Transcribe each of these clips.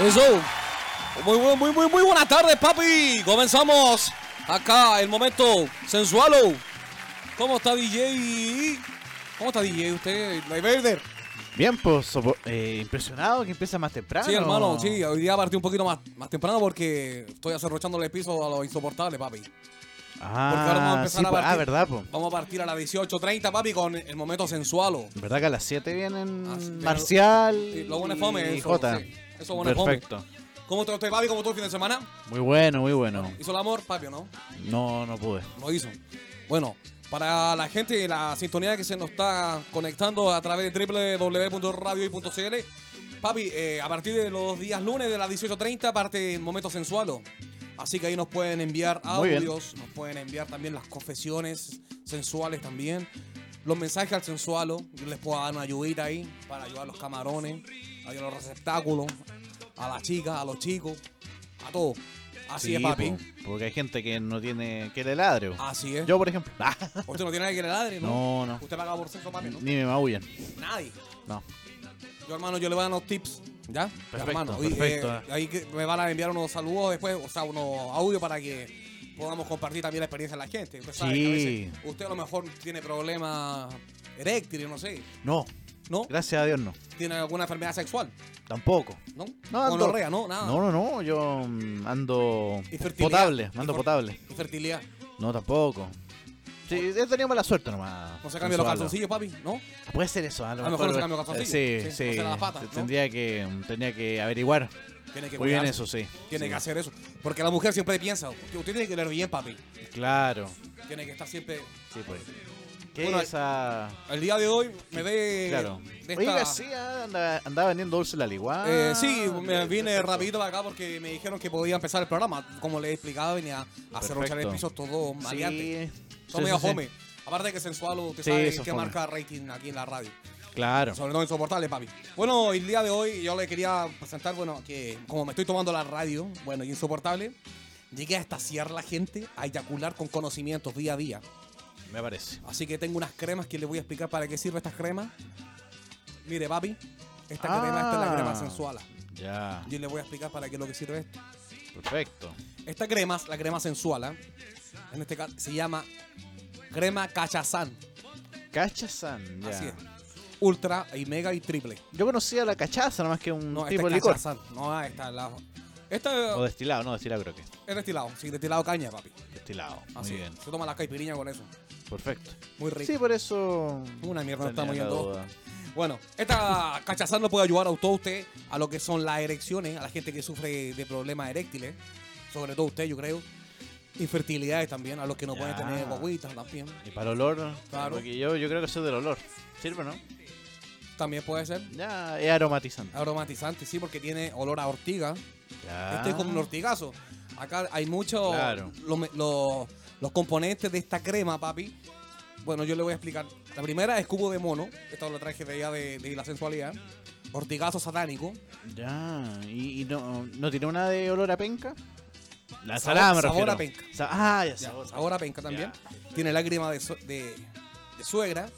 Eso. Muy, muy, muy, muy, muy buenas tardes, papi. Comenzamos acá el momento sensualo. ¿Cómo está DJ? ¿Cómo está DJ usted? Mayweather. Bien, pues sopo- eh, impresionado que empieza más temprano. Sí, hermano, sí, hoy día partí un poquito más, más temprano porque estoy el piso a los insoportables, papi. Porque ahora vamos a Ah, empezar sí, a po- ah, partir. verdad, pues. Vamos a partir a las 18.30, papi, con el momento sensualo. ¿Verdad que a las 7 vienen Ah, sí, pero- Marcial Sí, lo bueno es fome, y eso, Jota? sí. Eso bueno es fome. Perfecto. ¿Cómo está usted, papi? ¿Cómo todo el fin de semana? Muy bueno, muy bueno. ¿Hizo el amor, papi, o no? No, no pude. Lo hizo. Bueno, para la gente, la sintonía que se nos está conectando a través de www.radioy.cl, papi, eh, a partir de los días lunes de las 18.30 parte el momento sensualo. Así que ahí nos pueden enviar Muy bien. audios, nos pueden enviar también las confesiones sensuales también. Los mensajes al sensualo, yo les puedo dar una ayudita ahí para ayudar a los camarones, a los receptáculos, a las chicas, a los chicos, a todos. Así Sí, es, papi. po, porque hay gente que no tiene que le ladre. po. Así es. Yo, por ejemplo. Ah, Usted no tiene nadie que le ladre, ¿no? no, no. Usted paga por sexo, papi, ¿no? Ni me maullan. Nadie. No. Yo, hermano, yo le voy a dar unos tips. ¿Ya? Ya, Perfecto, hermano. Y, perfecto, eh, eh. ahí que me van a enviar unos saludos después, o sea, unos audios para que podamos compartir también la experiencia de la gente. Usted sabe que a Sí. veces usted a lo mejor tiene problemas eréctiles, no sé, No, ¿no? gracias a Dios no. Tiene alguna enfermedad sexual, Tampoco. ¿no? No, ando- Gonorrea, ¿no? Nada. No, no, no. Yo mm, ando Infertilidad. potable. Ando Infor- potable. Infertilidad. No, tampoco. Sí, he tenido mala suerte nomás. No se cambian los Consuelo. calzoncillos, papi, ¿no? Puede ser eso, ¿eh? a lo, A lo mejor no se cambió calzoncillo, eh, sí, no Sí, se sí. da la pata, te- ¿no? tendría, que, tendría que averiguar. Tiene que Muy bien cuidarse, eso, sí. Tiene Sí, que hacer eso. Porque la mujer siempre piensa, que usted tiene que leer bien, papi. Claro. Tiene que estar siempre Sí, pues. ¿Qué Bueno, es esa...? El día de hoy me ve. Claro. de Oye, esta- García anda, andaba vendiendo dulce la liguana. Eh, sí, me vine Ah, Perfecto. rapidito para acá porque me dijeron que podía empezar el programa. Como les he explicado, venía a hacer Perfecto. rochar el piso todo maleante. Sí. Son sí, medio sí, sí. fome. Aparte que sensual, usted Sí, sabe son que fome. marca rating aquí en la radio. Claro. Sobre todo insoportable, papi. Bueno, el día de hoy yo le quería presentar, bueno, que como me estoy tomando la radio, bueno, y insoportable, llegué a estaciar la gente, a eyacular con conocimientos día a día. Me parece. Así que tengo unas cremas que les voy a explicar para qué sirve estas cremas. Mire, papi, esta Ah. crema esta es la crema sensuala. Ya. Yo les voy a explicar para qué es lo que sirve esto. Perfecto. Esta crema, la crema sensuala, en este caso se llama crema cachazán. Cachasan. Ya. Así es. Ultra y mega y triple. Yo conocía la cachaza, nomás que un No, esta tipo de es licor. cachazán. No, ah, esta es la. O Esta es destilado, no, destilado creo que. es. destilado, sí, destilado caña, papi. Destilado. Así este Muy es. bien. Se toma la caipiriña con eso. Perfecto. Muy rico. Sí, por eso. Una mierda, no tenía estamos la yendo. duda. Bueno, esta cachazán lo puede ayudar a todo usted a lo que son las erecciones, a la gente que sufre de problemas eréctiles, sobre todo usted, yo creo. Infertilidades también, a los que no pueden Ya. tener guaguitas también. Y para el olor, Claro. porque yo, yo creo que soy del olor. ¿Sirve, no? También puede ser Ya, es aromatizante. aromatizante, sí, porque tiene olor a ortiga. Ya. Este es como un ortigazo. Acá hay muchos Ah. Claro. los, los- los componentes de esta crema, papi. Bueno, yo le voy a explicar. La primera es cubo de mono. Esta lo traje de allá de, de la sensualidad. Ortigazo satánico. Ya, ¿y, y no, no tiene una de olor a penca? Sabor- La ensalada me sabor refiero. a penca. Sa- ah, ya, Ya, sabor. ahora penca también. Tiene lágrima de, su- de- de suegra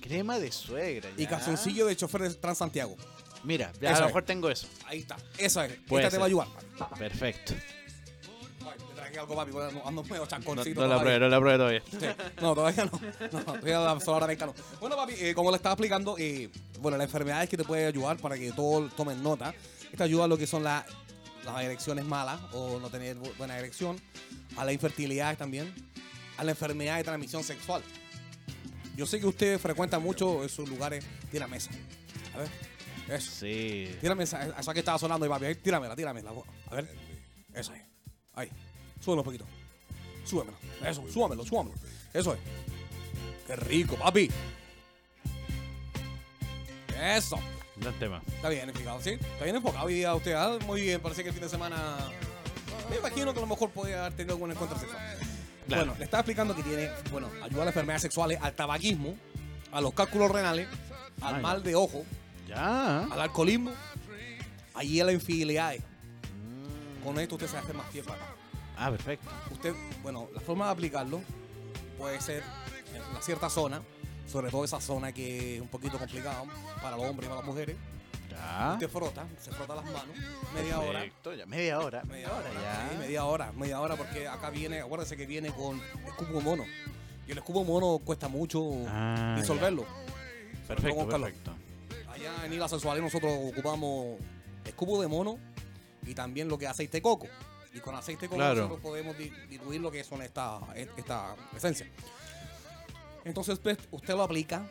Crema de suegra. y ya. calzoncillo de chofer de Transantiago. Mira, ya, Eso a lo es. mejor tengo eso. Ahí está. Esa es. Puede Esta te ser. va a ayudar. Perfecto. Ay, te traje algo, papi. porque Ando, ando medio No, chanconcito. no la todavía. pruebe, no la pruebe todavía. Sí. No, todavía no. No, todavía la solo ahora venga, no. Bueno, papi, eh, como le estaba explicando, eh, bueno, la enfermedad es que te puede ayudar para que todos tomen nota. Esta ayuda a lo que son la- las erecciones malas o no tener bu- buena erección, a la infertilidad también, a la enfermedad de transmisión sexual. Yo sé que usted frecuenta mucho sus lugares. Tira mesa. A ver. Eso. Sí. Tírame esa, esa que estaba sonando ahí, papi. Ahí, Tíramela, tíramela. A ver. Eso es. Ahí. Súbelo un poquito. Súbemelo. Eso, súbamelo, súbamelo. Eso es. Qué rico, papi. Eso. Gran tema. Está bien enfocado, ¿sí? Está bien enfocado hoy día usted. ah, Muy bien, parece que el fin de semana... Me imagino que a lo mejor podía haber tenido algún encuentro sexual. Claro. Bueno, le estaba explicando que tiene, bueno, ayuda a las enfermedades sexuales, al tabaquismo, a los cálculos renales, al Ah, ya. mal de ojo, Ya. al alcoholismo, allí a las infidelidades. Con esto usted se hace más fiel papá. Ah, perfecto. Usted, bueno, la forma de aplicarlo puede ser en una cierta zona, sobre todo esa zona que es un poquito complicada para los hombres y para las mujeres. Ya. Te frota, se frota las manos. Media hora. Perfecto, ya. Media hora. Media hora, ya. Sí, media hora, media hora, porque acá viene, acuérdense que viene con escupo mono. Y el escupo mono cuesta mucho Ah, disolverlo. Perfecto, con calor. perfecto. Allá en Isla Sensuales nosotros ocupamos escupo de mono y también lo que es aceite de coco. Y con aceite de coco Claro. nosotros podemos di- diluir lo que son esta, e-, esta esencia. Entonces pues, usted lo aplica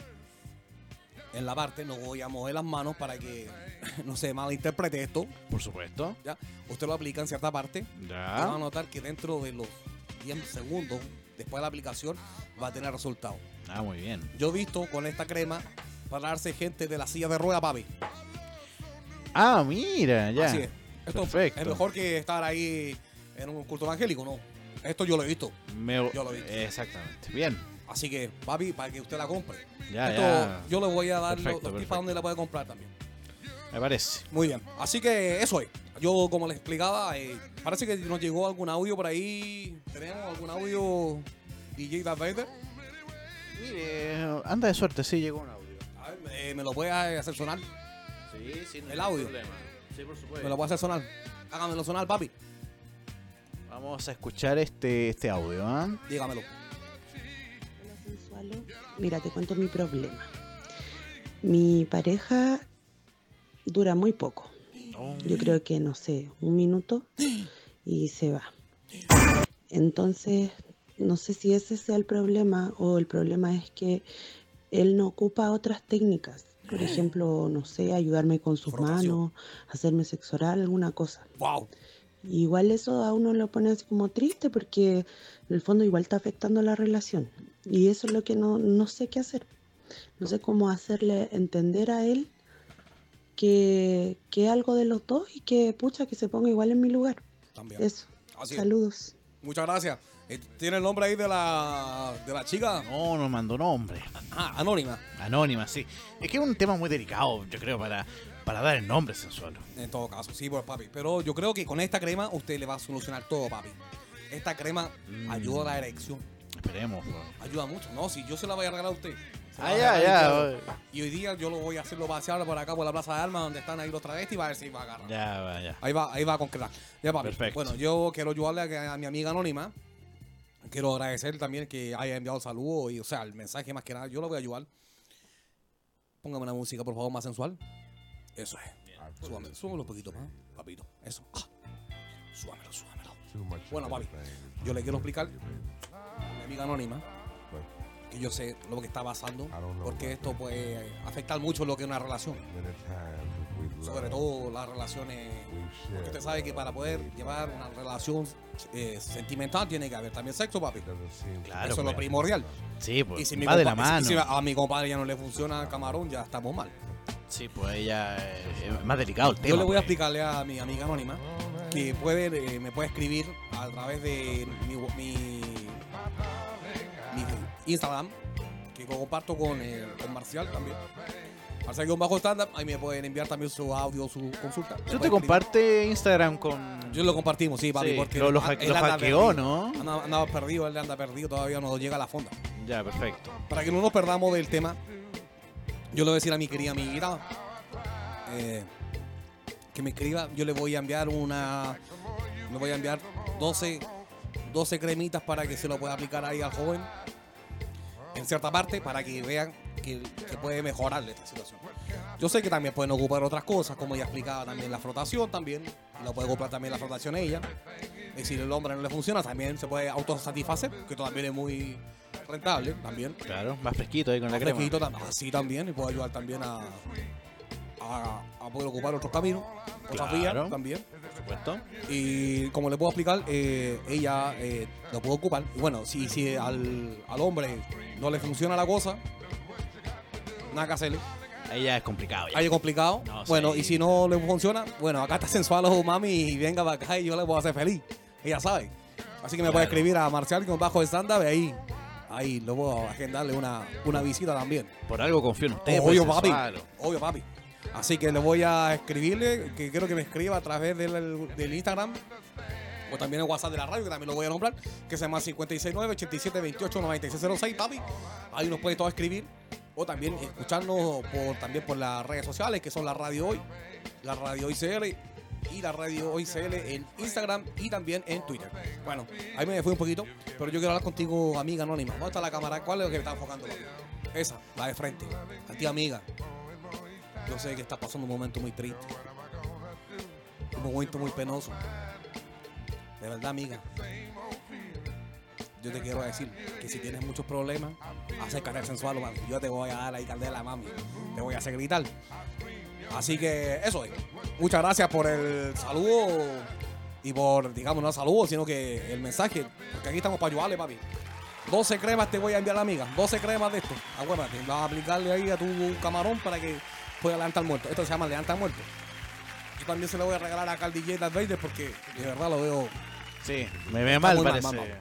en la parte, no voy a mover las manos para que no se malinterprete esto. Por supuesto. ¿ya? Usted lo aplica en cierta parte y va a Ya. notar que dentro de los 10 segundos después de la aplicación va a tener resultado. Ah, muy bien. Yo he visto con esta crema pararse gente de la silla de rueda, papi. Ah, mira, ya. Así es. Esto Perfecto. es mejor que estar ahí en un culto evangélico, ¿no? Esto yo lo he visto. Me- Yo lo vi. Exactamente. Bien. Así que, papi, para que usted la compre. Ya, Esto ya. yo le voy a dar Perfecto, los, los tips perfecto. para donde la puede comprar también. Me parece. Muy bien. Así que eso es. Yo, como les explicaba, eh, parece que nos llegó algún audio por ahí. ¿Tenemos algún audio DJ Darth Vader? Mire, anda de suerte, sí llegó un audio. A ver, eh, ¿me lo puede hacer sonar? Sí, sí, El audio. Sí, por ¿Me supuesto. lo puede hacer sonar? Hágamelo sonar, papi. Vamos a escuchar este, este audio, ¿ah? Dígamelo. Hola, Consuelo. Mira, te cuento mi problema. Mi pareja dura muy poco. Yo creo que, no sé, un minuto y se va. Entonces, no sé si ese sea el problema o el problema es que él no ocupa otras técnicas. Por ejemplo, no sé, ayudarme con sus Frotación. manos, hacerme sexo oral, alguna cosa. ¡Wow! Igual eso a uno lo pone así como triste porque en el fondo igual está afectando la relación. Y eso es lo que no, no sé qué hacer. No sé cómo hacerle entender a él que, que algo de los dos y que pucha, que se ponga igual en mi lugar. También. Eso. Así es. Saludos. Muchas gracias. Eh, ¿Tiene el nombre ahí de la, de la chica? No, no mandó nombre. Ah, anónima. Anónima, sí. Es que es un tema muy delicado, yo creo, para, para dar el nombre sensual. En todo caso, sí, pues papi. Pero yo creo que con esta crema usted le va a solucionar todo, papi. Esta crema Mm. ayuda a la erección. Esperemos. po. Ayuda mucho. No, si yo se la voy a regalar a usted. Se la Ah, voy a ya, regalar ya. yo. Y hoy día yo lo voy a hacerlo pasear por acá, por la Plaza de Armas, donde están ahí los travestis, va a ver si va a agarrar. Ya, va, ya. Ahí va, ahí va a concretar. Ya, papi. Perfecto. Bueno, yo quiero ayudarle a, que- a mi amiga anónima. Quiero agradecer también que haya enviado el saludo y, o sea, el mensaje más que nada. Yo lo voy a ayudar. Póngame una música, por favor, más sensual. Eso es. Pues, Súbame, súbamelo un poquito más, papito. Eso. Ah. Súbamelo, súbamelo. Bueno, papi, yo le quiero explicar a mi amiga anónima que yo sé lo que está pasando Ah, porque esto puede afectar mucho lo que es una relación. Sobre todo las relaciones porque usted sabe que para poder llevar una relación eh, sentimental tiene que haber también sexo, papi. Claro, Eso es lo pues. primordial. Sí, pues. Y si, mi va de la compa- y mano. si- y si a mi compadre ya no le funciona el camarón, ya estamos mal. Sí, pues ella eh, es más delicado el tema. Yo le voy a pues. explicarle a mi amiga anónima que puede, eh, me puede escribir a través de mi, mi- mi Instagram, que comparto con, eh, con Marcial también. Marcial que bajo estándar, ahí me pueden enviar también su audio, su consulta. Me puede ¿Tú te escribir. comparte Instagram con. Yo lo compartimos, sí, papi, Sí, porque lo- lo él hack- anda lo hackeó, perdido. ¿no? Anda- Andaba perdido, él anda perdido, todavía no llega a la fonda. Ya, perfecto. Para que no nos perdamos del tema, yo le voy a decir a mi querida amiga eh, que me escriba. Yo le voy a enviar una. Le voy a enviar 12, 12 cremitas para que se lo pueda aplicar ahí al joven. En cierta parte, para que vean que, que puede mejorar esta situación. Yo sé que también pueden ocupar otras cosas, como ya explicaba también la frotación, también. La puede comprar también la frotación ella. Y si el hombre no le funciona, también se puede autosatisfacer, que también es muy rentable también. Claro, más fresquito ahí con la crema. Fresquito tam- así también, y puede ayudar también a, a, a poder ocupar otros caminos, otras Claro. vías también. Por supuesto. Y como le puedo explicar, eh, ella eh, lo puede ocupar. Y bueno, si, si al, al hombre no le funciona la cosa, nada que hacerle. Ahí ya es complicado. Ya. Hay complicado. No, sí. bueno, y si no le funciona, bueno, acá está sensual o mami y venga para acá y yo le puedo hacer feliz. Ella sabe. Así que me puede Claro. escribir a Marcial con bajo estándar y ahí, ahí lo puedo agendarle una, una visita también. Por algo confío en usted. Obvio, pues, papi. sensual. Obvio, papi. Así que le voy a escribirle, que quiero que me escriba a través del, del Instagram o también el WhatsApp de la radio, que también lo voy a nombrar, que se llama 569-8728-9606, papi. Ahí nos puede todo escribir. O o también escucharnos por, también por las redes sociales, que son la Radio Hoy, la Radio Hoy CR y la radio hoy CL en Instagram y también en Twitter. Bueno, ahí me fui un poquito, pero yo quiero hablar contigo, amiga anónima. ¿Dónde está la cámara? ¿Cuál es lo que me está enfocando? papi? Esa, la de frente. A ti, amiga. Yo sé que estás pasando un momento muy triste. Un momento muy penoso. De verdad, amiga. Yo te quiero decir que si tienes muchos problemas, acércate al sensual, mami. Yo te voy a dar ahí candela, mami. Te voy a hacer gritar. Así que eso es. Muchas gracias por el saludo y por, digamos, no el saludo, sino que el mensaje. Porque aquí estamos para ayudarle, papi. 12 cremas te voy a enviar, amiga. 12 cremas de esto. Acuérdate, vas a aplicarle ahí a tu camarón para que pueda levantar muerto. Esto se llama levantar muerto. Y también se lo voy a regalar a Caldilleta Vader porque de verdad lo veo Sí, me ve mal, muy mal, parece. mal,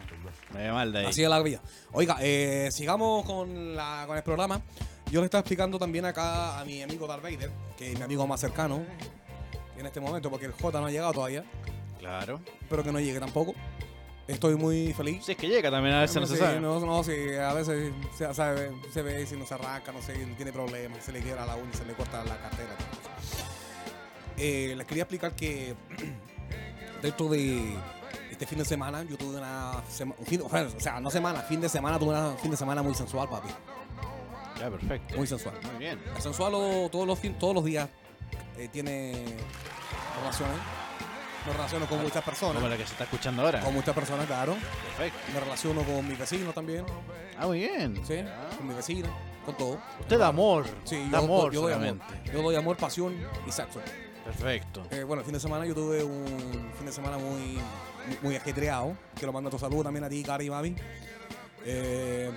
Me ve mal de ahí. Así es la vida. Oiga, eh, sigamos con, la, con el programa. Yo le estaba explicando también acá a mi amigo Darth Vader, que es mi amigo más cercano en este momento, porque el J no ha llegado todavía. Claro. Espero que no llegue tampoco. Estoy muy feliz. Si es que llega también, a veces no se Sí, sabe. No, no, sí, a veces se, sabe- se ve si no se arranca, no sé, tiene problemas, se le quiebra la uña, se le corta la cartera. tal cosa. Eh, les quería explicar que dentro de este fin de semana yo tuve una sema- un fin- o sea, no semana, fin de semana tuve un fin de semana muy sensual, papi, Ya, perfecto. muy sensual. Muy bien. El sensual o- todos los fin- todos los días eh, tiene relaciones, me relaciono con muchas Como personas, la que se está escuchando ahora. con muchas personas, claro. Perfecto. Me relaciono con mis vecinos también. Ah, muy bien. Sí, Ah. con mi vecina, con todo. Usted da amor. Sí, da yo, amor, yo doy amor. solamente. Yo doy amor, pasión y sexo. Perfecto. Eh, bueno, el fin de semana yo tuve un fin de semana muy, muy- muy ajetreado. Quiero mandar tu saludo también a ti, Cari y Mami. Eh,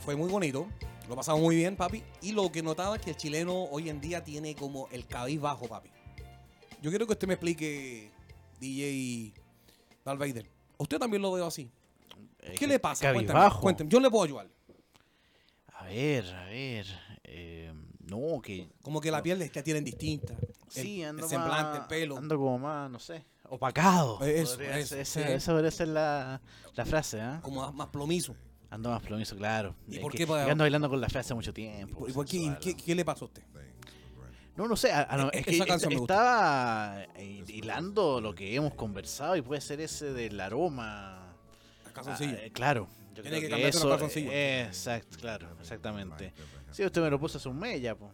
fue muy bonito. Lo pasamos muy bien, papi. Y lo que notaba es que el chileno hoy en día tiene como el cabiz bajo, papi. Yo quiero que usted me explique, DJ Darth Vader. Usted también lo veo así. Eh, ¿Qué le pasa? Cuéntame, cabizbajo. cuénteme. Yo le puedo ayudar. A ver, a ver. eh, no, que. Como que la piel la tienen distinta. El- Sí, el, ando semblante, más- el pelo. Eh, Ando como más, no sé. Opacado. Eso, Podría eso, ser- esa, sí. esa podría ser la, la frase, ¿ah? Como más- más plomizo. Ando más plomizo, claro. ¿Y Es por que qué, pa- yo ando bailando con la frase hace mucho ¿Y tiempo. por- y por qué, sensual, qué- ¿no? qué le pasó a usted? No, no sé. a- a- no, E- es que esa est- canción me gusta. estaba eh, hilando lo que hemos conversado y puede ser ese del aroma. A calzoncillo. Ah, eh, claro. Yo Tiene creo que cambiarte los eso, calzoncillos. eh, exacto, claro, exactamente. Sí, usted me lo puso hace un mes ya, po.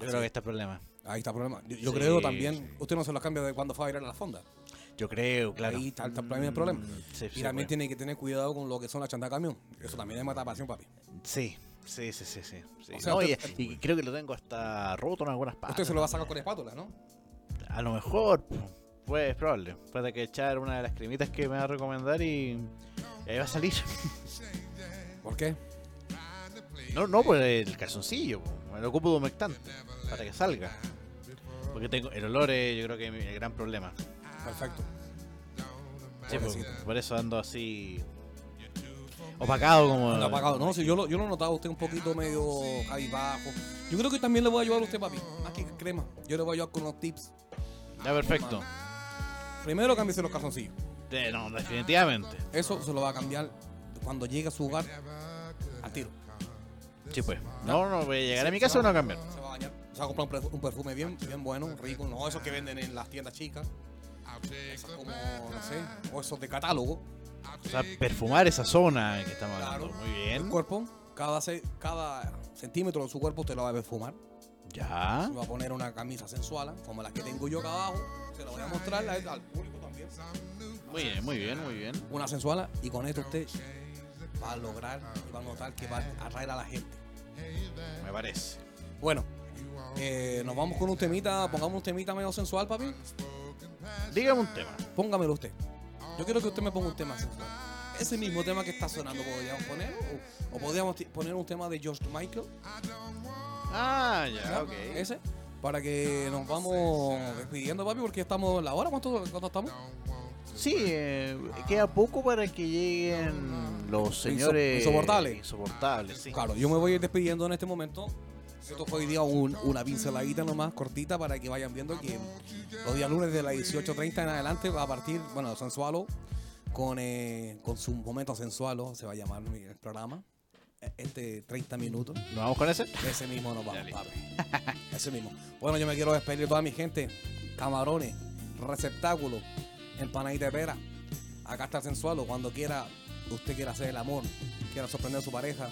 Yo creo que este es el problema. Ahí está el problema. Yo, yo Sí, creo también, usted no se los cambia de cuando fue a bailar a la fonda. Yo creo, claro. Ahí está el problema. El problema. Mm, sí, y sí, también puede. tiene que tener cuidado con lo que son las chantas de camión. Eso también es matar pasión, papi. Sí, sí, sí, sí. sí, sí. O sea, No, usted- y, y creo que lo tengo hasta roto en algunas partes. Usted se lo va a sacar con espátula, ¿no? A lo mejor, po. pues es probable. Puede que echar una de las cremitas que me va a recomendar y, y ahí va a salir. ¿Por qué? No, no por el calzoncillo, po. me lo ocupo de humectante para que salga. Porque tengo el olor, es, yo creo que es mi- el gran problema. Perfecto. Sí, po, Pobrecito. por eso ando así opacado como. Anda apagado. No, si yo lo, yo lo notaba a usted un poquito medio cabizbajo. Yo creo que también le voy a ayudar a usted, papi. Más que crema. Yo le voy a ayudar con unos tips. Ya perfecto. Primero, cámbiese los calzoncillos. Eh, No, definitivamente. Eso se lo va a cambiar cuando llegue a su hogar al tiro. Sí, pues. No, no, voy a llegar a mi casa o no a cambiar. Se va a bañar. Se va a comprar un perfu- un perfume bien, bien bueno, rico. No esos que venden en las tiendas chicas. Esos como, no sé, o esos de catálogo. O sea, perfumar esa zona que estamos hablando. Claro. Muy El bien. cuerpo, cada, se- cada centímetro de su cuerpo usted lo va a perfumar. Ya. Se va a poner una camisa sensual, como las que tengo yo acá abajo. Se la voy a mostrar al, al público también. Muy bien, muy bien, muy bien. Una sensual y con esto usted va a lograr y va a notar que va a atraer a la gente. Me parece. Bueno, eh, nos vamos con un temita, pongamos un temita medio sensual, papi. Dígame un tema. Póngamelo usted. Yo quiero que usted me ponga un tema sensual. Ese mismo tema que está sonando, ¿podríamos poner? ¿O, o podríamos ti- poner un tema de George Michael? Ah, ya, ¿ya? ok. Ese. Para que nos vamos despidiendo, papi, porque estamos en la hora. ¿Cuánto, cuánto estamos? Sí, eh, queda poco para que lleguen los señores. insoportables. Insoportables, sí. Claro, yo me voy a ir despidiendo en este momento. Esto fue hoy día un- una pinceladita nomás, cortita, para que vayan viendo que los días lunes de las 18.30 en adelante va a partir, bueno, Sensualo, con, eh, con su momento sensualo, se va a llamar mi- el programa. entre 30 minutos. ¿Nos vamos con ese? Ese mismo nos vamos, Dale. papi. Ese mismo. Bueno, yo me quiero despedir de toda mi gente. Camarones, receptáculo, empanadita de pera. Acá está el sensualo. Cuando quiera, usted quiera hacer el amor, quiera sorprender a su pareja.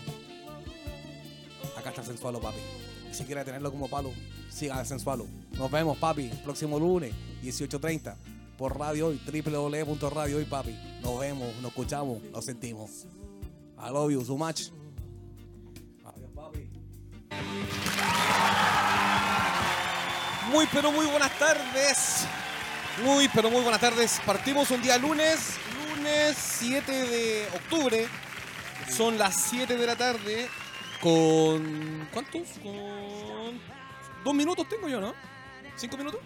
Acá está el sensualo, papi. Y si quiere tenerlo como palo, siga al sensualo. Nos vemos, papi, próximo lunes, 18.30, por Radio Hoy, www.radio hoy, papi. Nos vemos, nos escuchamos, nos sentimos. I love you so much. Adiós, papi. Muy pero muy buenas tardes. Muy pero muy buenas tardes. Partimos un día lunes, lunes 7 de octubre. Son las 7 de la tarde. Con. ¿Cuántos? Con. Dos minutos tengo yo, ¿no? ¿Cinco minutos?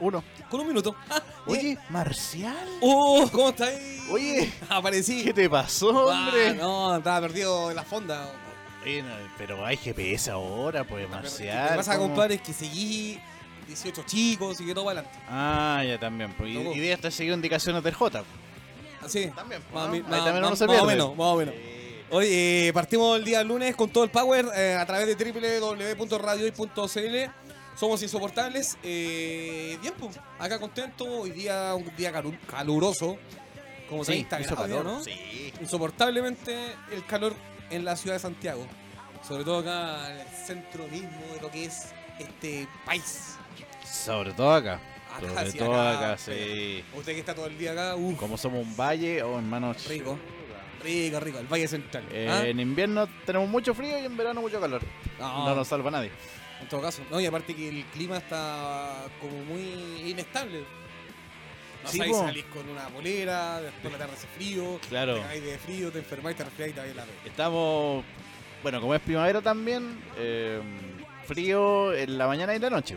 Uno. Con un minuto. Ah, eh. Oye, Marcial. ¡Oh! ¿Cómo está ahí? Oye. Aparecí. ¿Qué te pasó, Ah, hombre? no, estaba perdido en la fonda. Oye, no, pero hay GPS ahora, pues, Marcial. Lo que pasa, ¿cómo? compadre, es que seguí 18 chicos y que todo para adelante. Ah, ya también. Pues, y, Loco. y de estas seguido indicaciones del J. pues. Así. También, pues. Más, o mi- Ahí más- también uno más- se más pierde. o menos, más o menos. Sí. Oye, eh, partimos el día lunes con todo el power eh, a través de www.radioy.cl. Somos insoportables. Eh, bien, pues, acá contento. Hoy día un día calu- caluroso. Como Sí, 30 hizo grados, calor, ¿no? Sí. Insoportablemente el calor en la ciudad de Santiago. Sobre todo acá en el centro mismo de lo que es este país. Sobre todo acá. Acá, Sobre sí, todo acá, acá, sí. Usted que está todo el día acá, uh, Como somos un valle, oh, hermano. Rico. rico, rico, el Valle Central. Eh, ¿ah? En invierno tenemos mucho frío y en verano mucho calor. No. No nos salva nadie. En todo caso. No, y aparte que el clima está como muy inestable. No Sí, sabéis po. salís con una bolera, después la tarde hace frío, Claro. te caes de frío, te enfermáis, te resfriáis y te vais la vez. Estamos, bueno, como es primavera también, eh, frío en la mañana y en la noche.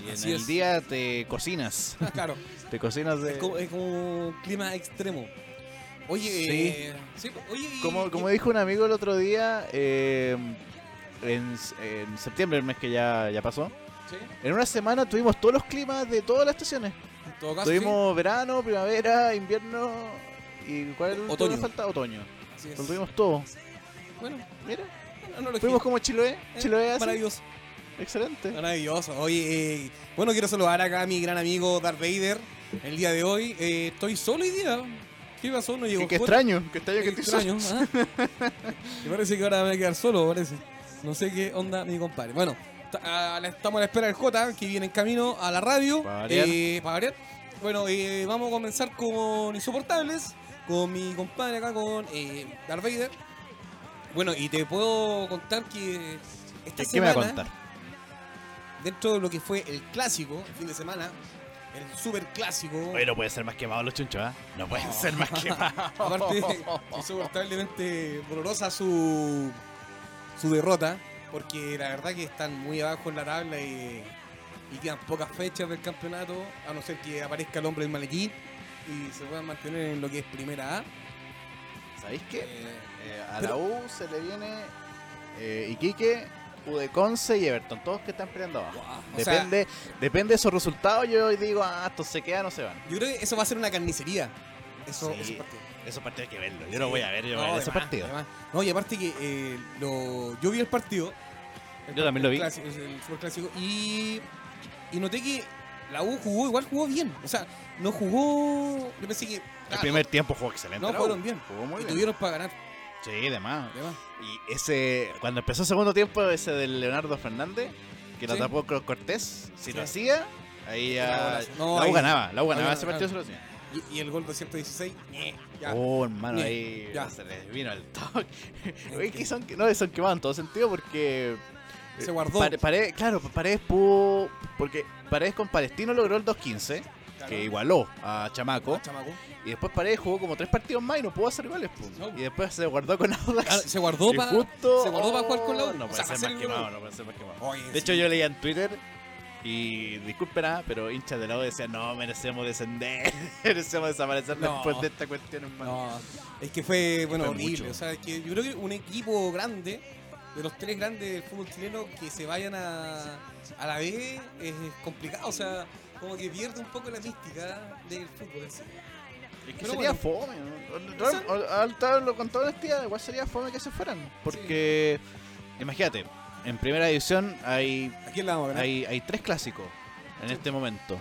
Y en Así el es. día te cocinas. claro, Te cocinas de... es, como, es como un clima extremo. Oye, Sí. eh, sí, po, oye, y- Como, y- como dijo un amigo el otro día, eh, en, en septiembre, el mes que ya, ya pasó, sí, en una semana tuvimos todos los climas de todas las estaciones. en todo caso, Tuvimos verano, primavera, invierno y ¿cuál es el último Otoño. que falta? Otoño. sí, así es. Lo tuvimos todo. Bueno, Mira, no, no lo fuimos quiero. como Chiloé. Eh, Chiloé así. Maravilloso. Excelente. Maravilloso. Oye, eh, bueno, quiero saludar acá a mi gran amigo Darth Vader. El día de hoy eh, estoy solo hoy día. ¿Qué pasó? No llegó Qué, qué Scott. extraño, qué extraño que Qué te extraño. ¿ah? Me parece que ahora me voy a quedar solo, parece. No sé qué onda mi compadre. Bueno, ta- a la- estamos a la espera del J, que viene en camino a la radio. Pa' variar. Eh, pa' variar. Bueno, eh, vamos a comenzar con Insoportables, con mi compadre acá, con eh, Darth Vader. Bueno, y te puedo contar que esta ¿Qué me va a semana- contar? dentro de lo que fue el clásico, el fin de semana, el super clásico. Oye, no pueden ser más quemados los chunchos, ¿ah? No pueden ser más quemados. Aparte, insoportablemente dolorosa su, su derrota, porque la verdad que están muy abajo en la tabla y, y quedan pocas fechas del campeonato, a no ser que aparezca el hombre del malequín y se puedan mantener en lo que es primera A. ¿Sabéis qué? Eh, Eh, a Pero- la U se le viene eh, Iquique, U de Conce y Everton, todos que están peleando abajo. guau, o sea, Depende, depende de esos resultados, yo digo, ah, estos se quedan o se van. yo creo que eso va a ser una carnicería. Eso, Sí. ese partido. Esos partidos hay que verlo, yo no voy a ver, yo voy a ver de ese más, partido. de más. No, y aparte que eh, lo- yo vi el partido. El Yo también lo vi. clásico- el superclásico, y, y noté que la U jugó, igual jugó bien. O sea, no jugó. Yo pensé que. El ah, primer tiempo jugó excelente. No, la U. fueron bien. Jugó muy y bien. tuvieron para ganar. Sí, de más. de más. Y ese, cuando empezó el segundo tiempo, ese del Leonardo Fernández, que lo Sí. tapó Cor- Cortés, si lo Sí. hacía, ahí Era ya. golazo. No, la U ahí- ganaba, la U ganaba ahí ese ganaba, partido, se lo hacía. Y, y el gol 216. ñe, ya. Oh, hermano, Ni- ahí ya. se les vino el toque. Oye, que son, no, son quemados en todo sentido porque. eh, Se guardó. Pare- Paredes- claro, Paredes pudo. Porque Paredes con Palestino logró el 2-15, Claro. Ah, que igualó a Chamaco. Chamaco. Y después Paredes jugó como tres partidos más y no pudo hacer goles. po. No. Y después se guardó con Audax. Claro, Ah, se guardó Y para. justo- Oh, Se guardó para jugar con la U. No O puede sea, para ser más hacer el gol. quemado, no puede ser más quemado. Oye, De hecho, sí. yo leía en Twitter y disculpen, ah, pero hinchas de la U decían: No, merecemos descender, merecemos desaparecer No. después de esta cuestión, hermano. No, es que fue, bueno, Fue horrible. mucho. O sea, es que yo creo que un equipo grande, de los tres grandes del fútbol chileno, que se vayan a, a la B es complicado. O sea, como que pierde un poco la mística del fútbol. en sí. Es que Pero sería bueno. fome. ¿no? Real- al- al- tal- Con toda honestidad, igual sería fome que se fueran. Porque, imagínate, en primera división hay ¿A quién le vamos a ganar? hay, hay tres clásicos en este momento.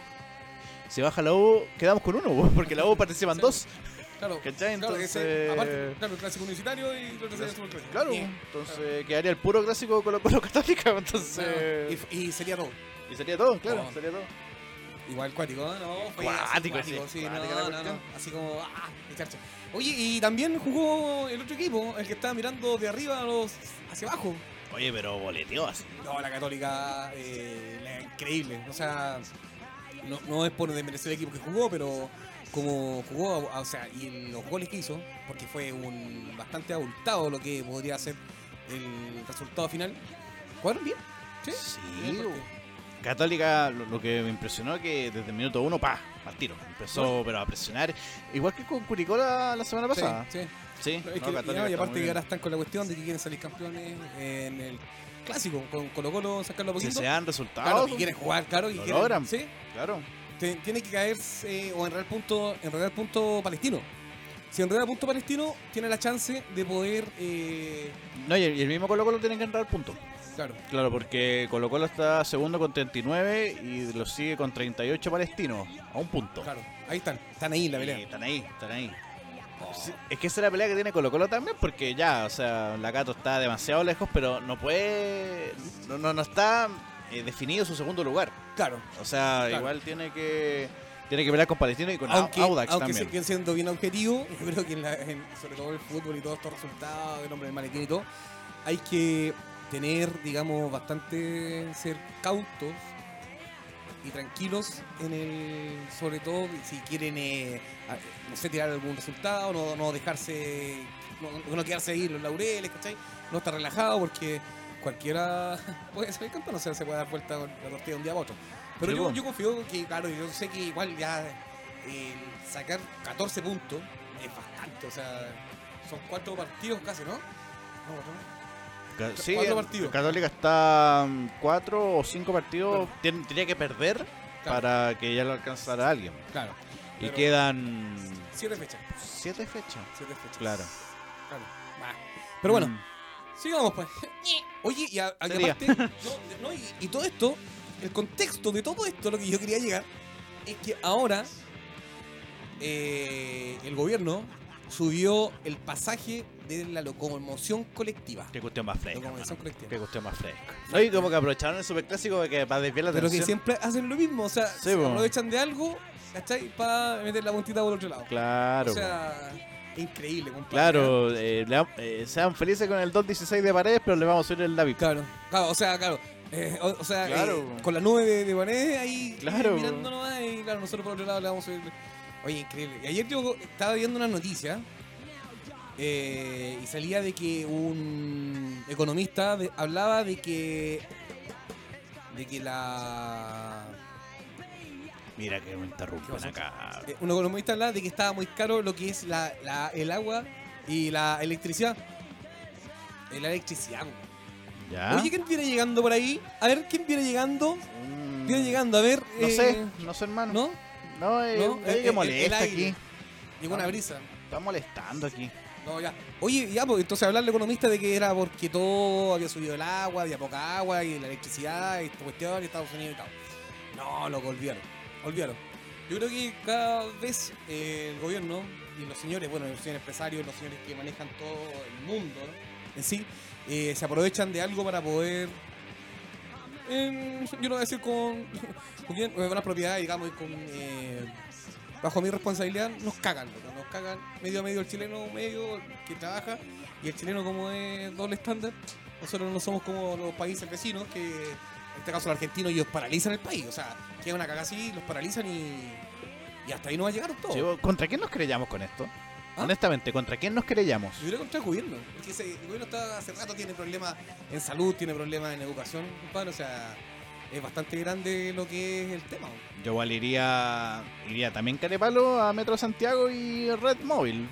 Si baja la U, quedamos con uno, bo, porque la U participan dos. Claro, ¿Cachai? claro, que Entonces- ese, aparte, claro, el clásico universitario y lo que sería el superclásico. Claro, Y- entonces quedaría el puro clásico de Colo Colo Católica, entonces... y, y sería todo. Y sería todo, claro, Oh. sería todo. Igual cuático, ¿no? no fue Cuático, así, sí, sí, cuática no, la no, no, cuestión. Así como, ah, echarse. Oye, y también jugó el otro equipo, el que estaba mirando de arriba a los, hacia abajo. Oye, pero boleteó así. No, la Católica, eh, la- increíble. O sea, no, no es por desmerecer el equipo que jugó, pero como jugó, o sea, y los goles que hizo, porque fue un bastante abultado lo que podría ser el resultado final. Jugaron bien, Eh, ¿sí? Sí, Bien, bo. porque- Católica, lo, lo que me impresionó es que desde el minuto uno, pa, al tiro. Empezó, pero a presionar. Igual que con Curicó la, la semana pasada. Sí, sí. Sí, No, es no, que- y Católica está muy aparte que bien. ahora están con la cuestión de que quieren salir campeones en el clásico, con Colo Colo sacarlo a Si poquito. se dan resultados, claro, y quieren jugar, claro, y Ah, Lo quieren- logran. Sí, claro. te- tiene que caer eh, o enredar punto, enredar punto palestino. Si enreda punto palestino, tiene la chance de poder. eh, No, y el, y el mismo Colo Colo tiene que entrar al punto. claro, Claro, porque Colo Colo está segundo con 39 y lo sigue con 38 palestinos, a un punto. claro. Ahí están, están ahí en la Y pelea. Oh. están ahí, están ahí. Sí, Es que esa es la pelea que tiene Colo Colo también, porque ya, o sea, la Gato está demasiado lejos, pero no puede, no, no, no está eh, definido su segundo lugar. Claro, O sea, Claro. igual tiene que tiene que pelear con Palestino y con Au- aunque, Audax aunque también. sigue siendo bien objetivo, yo creo que en la- en- sobre todo el fútbol y todos estos resultados, el hombre del maletín y todo, hay que tener, digamos, bastante ser cautos y tranquilos en el, sobre todo si quieren, eh, a- no sé, tirar algún resultado, no, no dejarse, no, no quedarse ahí en los laureles, ¿cachai? No estar relajado porque cualquiera puede ser campeón, o sea, se puede dar vuelta con la tortilla de un día a otro. Pero Sí, pues. yo, po. yo confío que, claro, yo sé que igual ya eh, sacar 14 puntos es bastante, o sea, son cuatro partidos casi, ¿no? No, no. Ca- Sí, cuatro el- partidos. Católica está mm, cuatro o cinco partidos, tien- tenía que perder Claro. para que ya lo alcanzara alguien. Claro. Y Pero- quedan Siete fechas. siete fechas. Siete fechas. Claro. Claro. Va. Pero bueno, Mm. sigamos pues. Oye, y, a- y Sería. aparte, no, no, y, y todo esto, el contexto de todo esto, lo que yo quería llegar, es que ahora eh, el gobierno subió el pasaje de la locomoción colectiva. Qué cuestión más fresca. Locomoción hermano. colectiva. Qué cuestión más fresca. No, y como que aprovecharon el superclásico para que- para desviar la Pero que atención. siempre hacen lo mismo, o sea, Sí, se po. aprovechan de algo, ¿cachai? Para meter la puntita por otro lado. Claro. O sea, increíble, compadre. Claro, eh, le dam- eh, sean felices con el 2.16 de paredes, pero le vamos a subir el David. Claro, claro, o sea, claro. eh, o, o sea, Claro. eh, con la nube de, de Vané ahí Claro. eh, mirando nomás y claro, nosotros por otro lado le vamos a subir. Oye, increíble. Y ayer yo estaba viendo una noticia eh, y salía de que un economista de- hablaba de que. de que la. Mira que me ¿Qué interrumpen pasó? acá. eh, un economista hablaba de que estaba muy caro lo que es la, la- el agua y la electricidad. La electricidad. güey. ¿Ya? Oye, ¿quién viene llegando por ahí? A ver, ¿quién viene llegando? Mm, Viene llegando, a ver. No eh, sé, no sé, hermano. ¿No? No, eh, No, un gallo eh, eh, que el molesta aire. aquí. Llegó una Ah. brisa. Está molestando aquí. No, ya. Oye, ya, pues entonces hablarle al economista de que era porque todo había subido el agua, había poca agua y la electricidad y esta cuestión y Estados Unidos y tal. No, loco, olvidaron. Olvidaron. Yo creo que cada vez eh, el gobierno y los señores, bueno, los señores empresarios, los señores que manejan todo el mundo ¿no? en sí, eh, se aprovechan de algo para poder. em, yo lo voy a decir con, con bien, eh, una propiedad, digamos, y con. eh, bajo mi responsabilidad, nos cagan, loco, nos cagan medio a medio el chileno, medio que trabaja, y el chileno como es doble estándar, nosotros no somos como los países vecinos, que en este caso los argentinos, ellos paralizan el país, o sea, queda una caga así, los paralizan y, y hasta ahí no va a llegar todo. Yo Chivo, ¿Contra quién nos creyamos con esto? ¿Ah? Honestamente, ¿contra quién nos creyamos? diría contra el gobierno, porque ese el gobierno está hace rato tiene problemas en salud, tiene problemas en educación, compadre, o sea, es bastante grande lo que es el tema. Yo igual iría, iría también Carepalo a Metro Santiago y Red Móvil.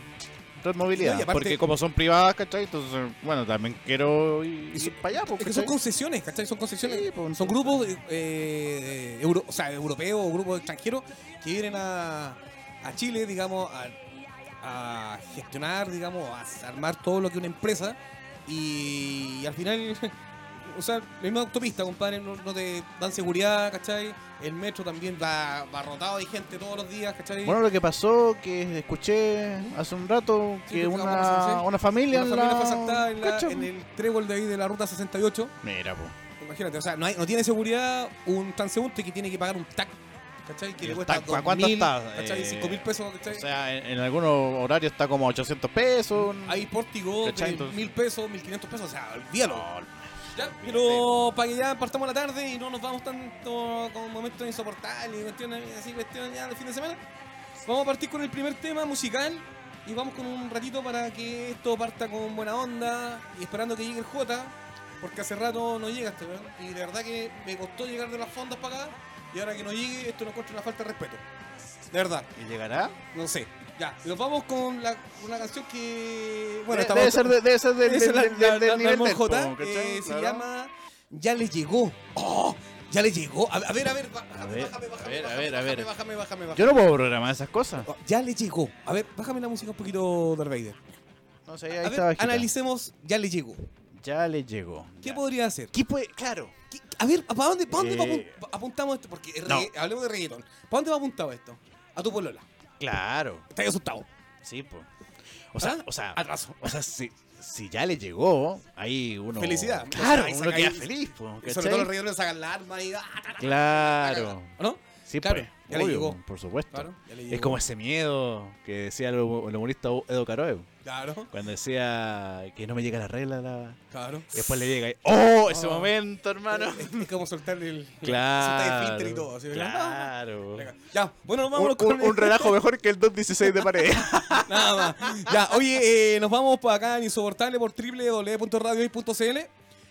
Red Movilidad. No, y aparte- porque como son privadas, ¿cachai? Entonces, bueno, también quiero ir, Y son- para allá. pues, Es que son concesiones, ¿cachai? Son concesiones. Son grupos grupos eh, eh, euro- o sea, europeos o grupos extranjeros que vienen a, a Chile, digamos, a, a gestionar, digamos, a armar todo lo que una empresa. Y, al final, o sea, la misma autopista, compadre, no, no te dan seguridad, ¿cachai? El metro también va, va rotado de gente todos los días, ¿cachai? Bueno, lo que pasó, que escuché hace un rato Sí, que que acabamos de una, hacer. una Una familia, en familia la- fue asaltada en, la- ¿Cacha? pues. en el trébol de ahí de la ruta 68. Mira, pues, po. Imagínate, o sea, no, hay- no tiene seguridad un transeúnte que tiene que pagar un TAC, ¿cachai? Que ¿Y le el cuesta TAC, ¿a 2.000, cuánto está? ¿cachai? Eh, 5.000 pesos, ¿cachai? O sea, en, en algunos horarios está como 800 pesos. hay pórtico de ¿cachai? Entonces- 1.000 pesos, 1.500 pesos, o sea, olvídalo. No, Ya, pero para que ya partamos la tarde y no nos vamos tanto con momentos insoportables y cuestiones así, cuestiones ya del fin de semana, vamos a partir con el primer tema musical y vamos con un ratito para que esto parta con buena onda y esperando que llegue el J, porque hace rato no llega este, weón, y de verdad que me costó llegar de las fondas para acá y ahora que no llegue esto no encuentro una falta de respeto. De verdad, ¿Y llegará? no sé. Ya, nos vamos con la, una canción que... Bueno, estamos- debe, ser de- debe ser de- de- esa es la- de- la- de- del la- la nivel del Monjota, po, ¿cachai? eh, se Claro. llama Ya le llegó. ¡Oh! Ya le llegó. A, a ver, a ver, ba- A bájame, ver, bájame, a bájame, ver, a bájame, ver, a ver. bájame, bájame, bájame, bájame. Yo no puedo programar esas cosas. Oh, Ya le llegó. A ver, bájame la música un poquito, Darth Vader. No sé, ahí A está ver, bajita. analicemos Ya le llegó. Ya le llegó. ¿Qué Ya. podría hacer? ¿Qué puede- Claro. ¿Qué- a ver, ¿para dónde, pa' dónde Eh, apu- apuntamos esto? Porque es no. regga- hablemos de reggaetón. ¿Para dónde va apuntado esto? A tu polola. Claro. Estás asustado. Sí, pues. O sea, ¿Ah? o sea, Atraso. o sea, si, si ya le llegó, ahí uno. Felicidad. Claro, O sea, ahí uno saca- queda ahí- feliz, po, Y Sobre todo los ¿cachai? reggaetones sacan la arma y... ah, ta, ta, ta, Claro. ta, ¿No? Sí, Claro, pues, ya le obvio, llegó. Por supuesto. Claro, ya le llegó. Es como ese miedo que decía el humo- el humorista Edo Caroe, Claro, cuando decía que no me llega la regla. La... claro. y Después le llega y, ¡Oh! Ese Oh. momento, hermano. Es, es como soltar el. soltar el Claro. filtro y todo. así, ¿verdad? claro. Ya, bueno, nos vamos Un, con un- un relajo mejor que el 2.16 de pared. Nada más. Ya, oye, eh, nos vamos para acá en Insoportable por www.radiohoy.cl.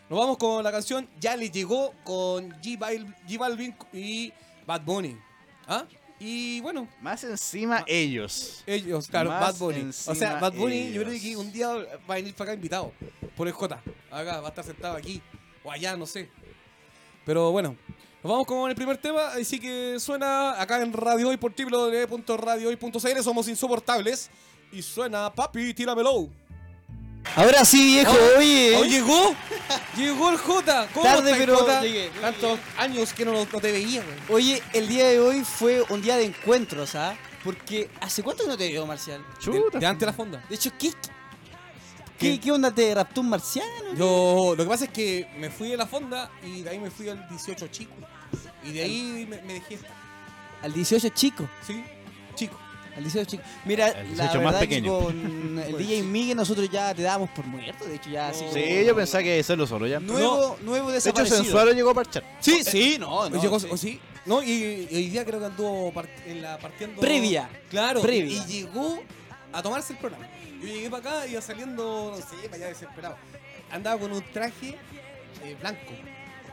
Nos vamos con la canción Ya le llegó con G, Bal- G Balvin y Bad Bunny. ¿Ah? Y bueno, Más Ah. encima ellos. ellos, claro, Más Bad Bunny. O sea, encima Bad Bunny, yo creo ellos. que un día va a venir para acá invitado por el J. Acá va a estar sentado aquí o allá, no sé. Pero bueno, nos vamos con el primer tema. Así que suena acá en Radio Hoy por www.radiohoy.cl. Somos insoportables. Y suena, papi, tíramelo. Ahora sí, viejo, oye. ¡Oh, llegó! ¡Llegó el J! ¿Cómo Tarde, estáis, pero J? llegué. Tantos años que no, no te veía, güey. Oye, el día de hoy fue un día de encuentros, ¿ah? Porque ¿hace cuánto no te veo, Marcial? De, de ante la fonda. De hecho, ¿qué, qué, qué onda te raptó un marciano? Yo, lo que pasa es que me fui de la fonda y de ahí me fui al 18 chico. Y de ahí me, me dejé estar. Al 18 chico. ¿Sí? Chico. Al 18 chico. Mira, Al 18 la más verdad que pequeño. con el DJ Miguel nosotros ya te dábamos por muerto. De hecho, ya así No. Sí, yo pensaba que hacerlo solo ya. Nuevo, nuevo De hecho, desaparecido. Sensualo llegó a parchar. Sí, sí, no, Oh, no. Llegó- sí. o sí. No, y, y hoy día creo que anduvo part- en la partiendo. Previa. Claro. Previa. Y llegó a tomarse el programa. Yo llegué para acá y iba saliendo, no sé, para allá desesperado. Andaba con un traje eh, blanco.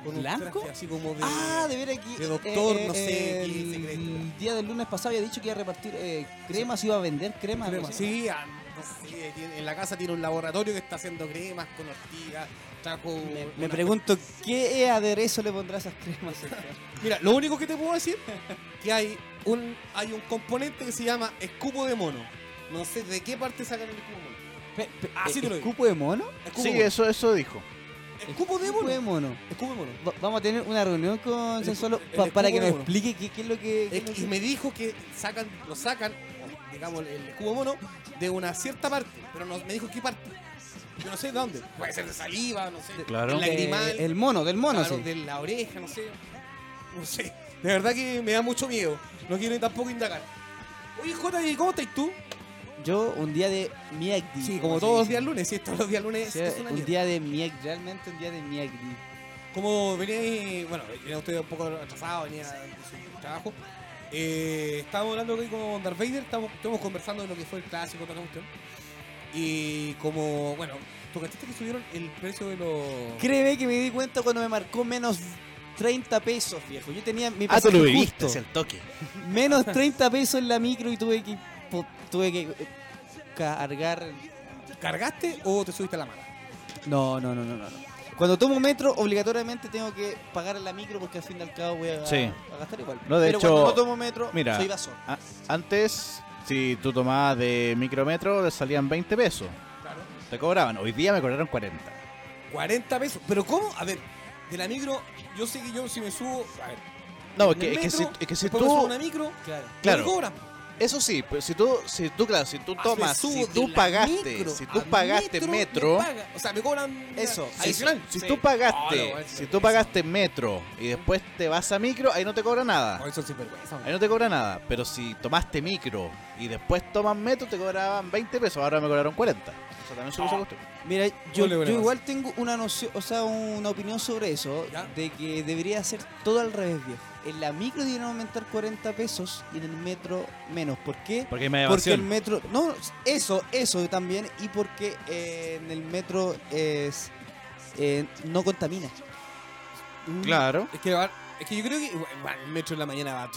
Con un ¿Blanco? traje así como de. Ah, de ver aquí. eh, de doctor, no sé, qué secreto. El día del lunes pasado había dicho que iba a repartir eh, cremas, iba a vender cremas. crema. no sé. Sí, ah, no sé, tiene- en la casa tiene un laboratorio que está haciendo cremas con ortigas. Trajo. Me una- pregunto qué aderezo le pondrá a esas cremas. Mira, lo único que te puedo decir que hay un hay un componente que se llama escupo de mono. No sé de qué parte sacan el escupo de mono. Ah, Así te lo digo. ¿Cupo de mono? Escupo Sí, de mono. eso, eso dijo. Escupo de Escupo de mono. mono. Escupo de mono. Va- Vamos a tener una reunión con El- Sensualo el pa- escupo para que de me mono. explique qué, qué es lo que. qué es lo Es- que- Y me dijo que sacan, lo sacan, o, digamos, el escupo de mono de una cierta parte, pero no me dijo qué parte. Yo no sé de dónde. Puede ser de saliva, no sé. Claro. del de- lagrimal, Eh, el mono, del mono, claro, sí. de la oreja, no sé. No sé. De verdad que me da mucho miedo. No quiero tampoco indagar. Oye, Jota, ¿y cómo estás tú? Yo, un día de miagdi. Sí, como se todos los dice. días lunes, sí, todos los días lunes Sí, es una este un mierda. día de miagdi, realmente un día de miagdi. Como venía, bueno, venía usted un poco atrasado, venía de su trabajo. Eh, estábamos hablando hoy con Darth Vader, estábamos, estuvimos conversando de lo que fue el clásico, toda la cuestión. Y como, bueno, ¿tú cachaste que subieron el precio de los. Créeme que me di cuenta cuando me marcó menos 30 pesos, viejo. Yo tenía mi Ah, tú lo pasaje viviste, justo. es el toque. Menos 30 pesos en la micro y tuve que po- tuve que eh, cargar. ¿Cargaste o te subiste a la mala? No, no, no, no, no. no. Cuando tomo un metro, obligatoriamente tengo que pagar en la micro porque al fin y al cabo voy a, Sí. a gastar igual. No, de Pero hecho, cuando no tomo metro, mira, soy vaso. A- antes Si tú tomabas de micrometro, le salían 20 pesos. Claro. Te cobraban. Hoy día me cobraron 40. 40 pesos. ¿Pero cómo? A ver, de la micro, yo sé que yo si me subo. A ver. No, es en que, el es que si, metro, es que si después me subo a tú. una micro, Claro. Claro. me cobran. Eso sí, pero si tú, si tú, claro, si tú Ah, tomas, me subo de si tú la pagaste, micro si tú a pagaste metro. me paga- o sea, me cobran. Eso, Sí, adicional, Si sí. tú pagaste, Ah, no, eso- si tú pagaste metro y después te vas a micro, ahí no te cobra nada. No, eso es sinvergüenza. Ahí no te cobra nada, pero si tomaste micro y después tomas metro, te cobraban 20 pesos, ahora me cobraron 40. O sea, también subió esa cuestión. Mira, Yo yo, le yo veré más. igual tengo una noción, o sea, una opinión sobre eso, ¿Ya? de que debería ser todo al revés, viejo. En la micro deberían aumentar 40 pesos y en el metro menos. ¿Por qué? Porque hay media Porque el metro, no, eso, eso también, y porque eh, en el metro es, eh, no contamina. Mm, Claro. Es que, va- es que yo creo que bueno, el metro en la mañana va,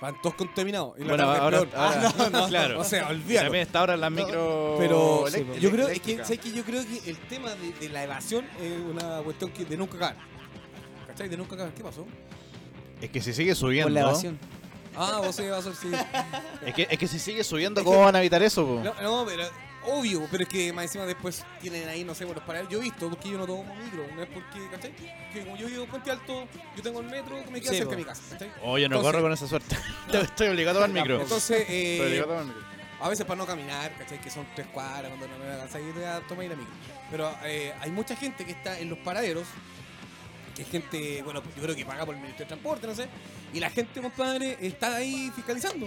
van todos contaminados. Y en la Bueno, tarde es ahora- peor. ahora- Ah, no, no, claro. O sea, olvídalo. También está ahora en las micro. Pero elec- yo creo es que, eléctricas. ¿sabes qué? yo creo que el tema de, de la evasión es una cuestión que de nunca acabar. ¿Cachai? De nunca acabar. ¿Qué pasó? Es que si sigue Por la subiendo. evasión. Ah, vos sí, evasor, sí. Es que, es que si sigue subiendo, ¿cómo van a evitar eso? po? No, no, pero obvio, pero es que más encima después tienen ahí, no sé, bueno, para yo he visto, porque yo no tomo micro, no es porque, ¿cachai? Que como yo vivo en Puente Alto, yo tengo el metro, me queda Sí, cerca po. de mi casa, ¿cachai? Oye, no Entonces- corro con esa suerte. Estoy obligado a tomar Oh, micro. Entonces, Estoy eh, obligado a tomar micro. A veces para no caminar, ¿cachai? Que son tres cuadras, cuando no me voy a cansar, yo te voy a tomar y la micro. Pero eh, hay mucha gente que está en los paraderos, que es gente, bueno, pues yo creo que paga por el Ministerio de Transporte, no sé. Y la gente, compadre, está ahí fiscalizando.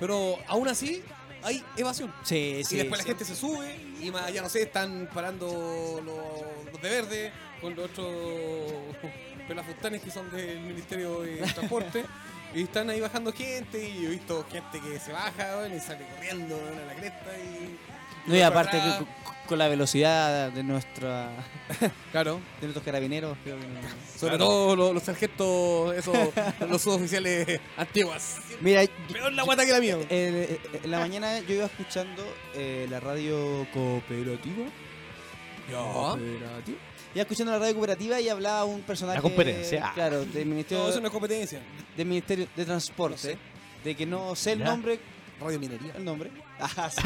Pero aún así, hay evasión. Sí, sí. y después la sí. gente se sube y más allá, no sé, están parando los, los de verde con los otros pelafustanes que son del Ministerio de Transporte. y están ahí bajando gente y yo he visto gente que se baja weón, y sale corriendo weón, a la cresta. Y, No, y va aparte para que atrás. con- con la velocidad de nuestra Claro, de nuestros carabineros, creo que no. sobre todo los, los sargentos, esos, los suboficiales antiguas. Mira, Peor la guata que la mía. weón. Eh, eh, en la mañana yo iba escuchando eh, la radio cooperativa. eh, Ya. Cooperativa. Iba escuchando la radio cooperativa y hablaba un personaje. La competencia. Claro, del Ministerio, No, eso no es competencia. del Ministerio de Transporte. No sé. De que no sé el Ya. nombre. Radio Minería. El nombre. Ah, sí.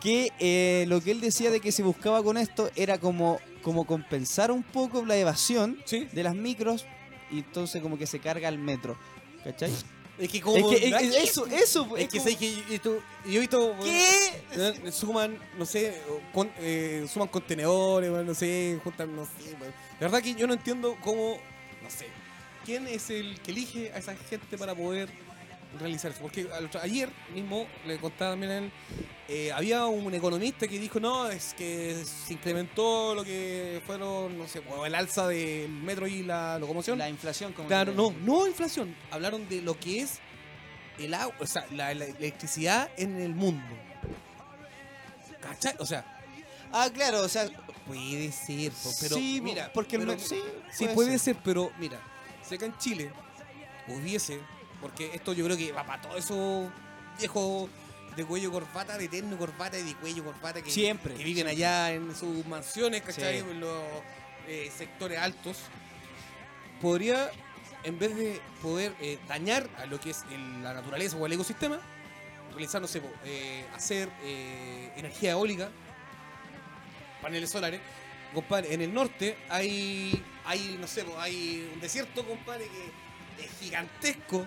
que eh, lo que él decía de que se buscaba con esto era como, como compensar un poco la evasión Sí. de las micros y entonces como que se carga el metro. ¿Cachai? Es que Es como. que, es que eso, eso. Es, que, sé que yo- yo- yo he visto. ¿Qué? Eh, Suman, no sé, con- eh, suman contenedores, weón, no sé, juntan, no sé. weón. La verdad que yo no entiendo cómo, no sé, quién es el que elige a esa gente para poder realizar eso. Porque al otro- ayer mismo, le contaba también a él, eh, había un economista que dijo, no, es que se incrementó lo que fueron, no sé, o el alza del metro y la locomoción. La inflación como Claro, que- no, no inflación. Hablaron de lo que es el agua, o sea, la, la electricidad en el mundo. ¿Cachai? O sea, Ah, claro, o sea, puede ser, po, pero sí, mira, porque el pero- me- sí, sí puede ser. pero mira, si acá en Chile hubiese, porque esto yo creo que va para todos esos viejos de cuello corbata, de eterno corbata y de cuello corbata que Siempre, que viven siempre. allá en sus mansiones, ¿cachai? Sí. En los eh, sectores altos, podría, en vez de poder eh, dañar a lo que es el- la naturaleza o el ecosistema, realizar, no sé, po, eh, hacer eh, energía eólica, paneles solares. Compadre, en el norte hay, hay no sé, po, hay un desierto, compadre, que es gigantesco.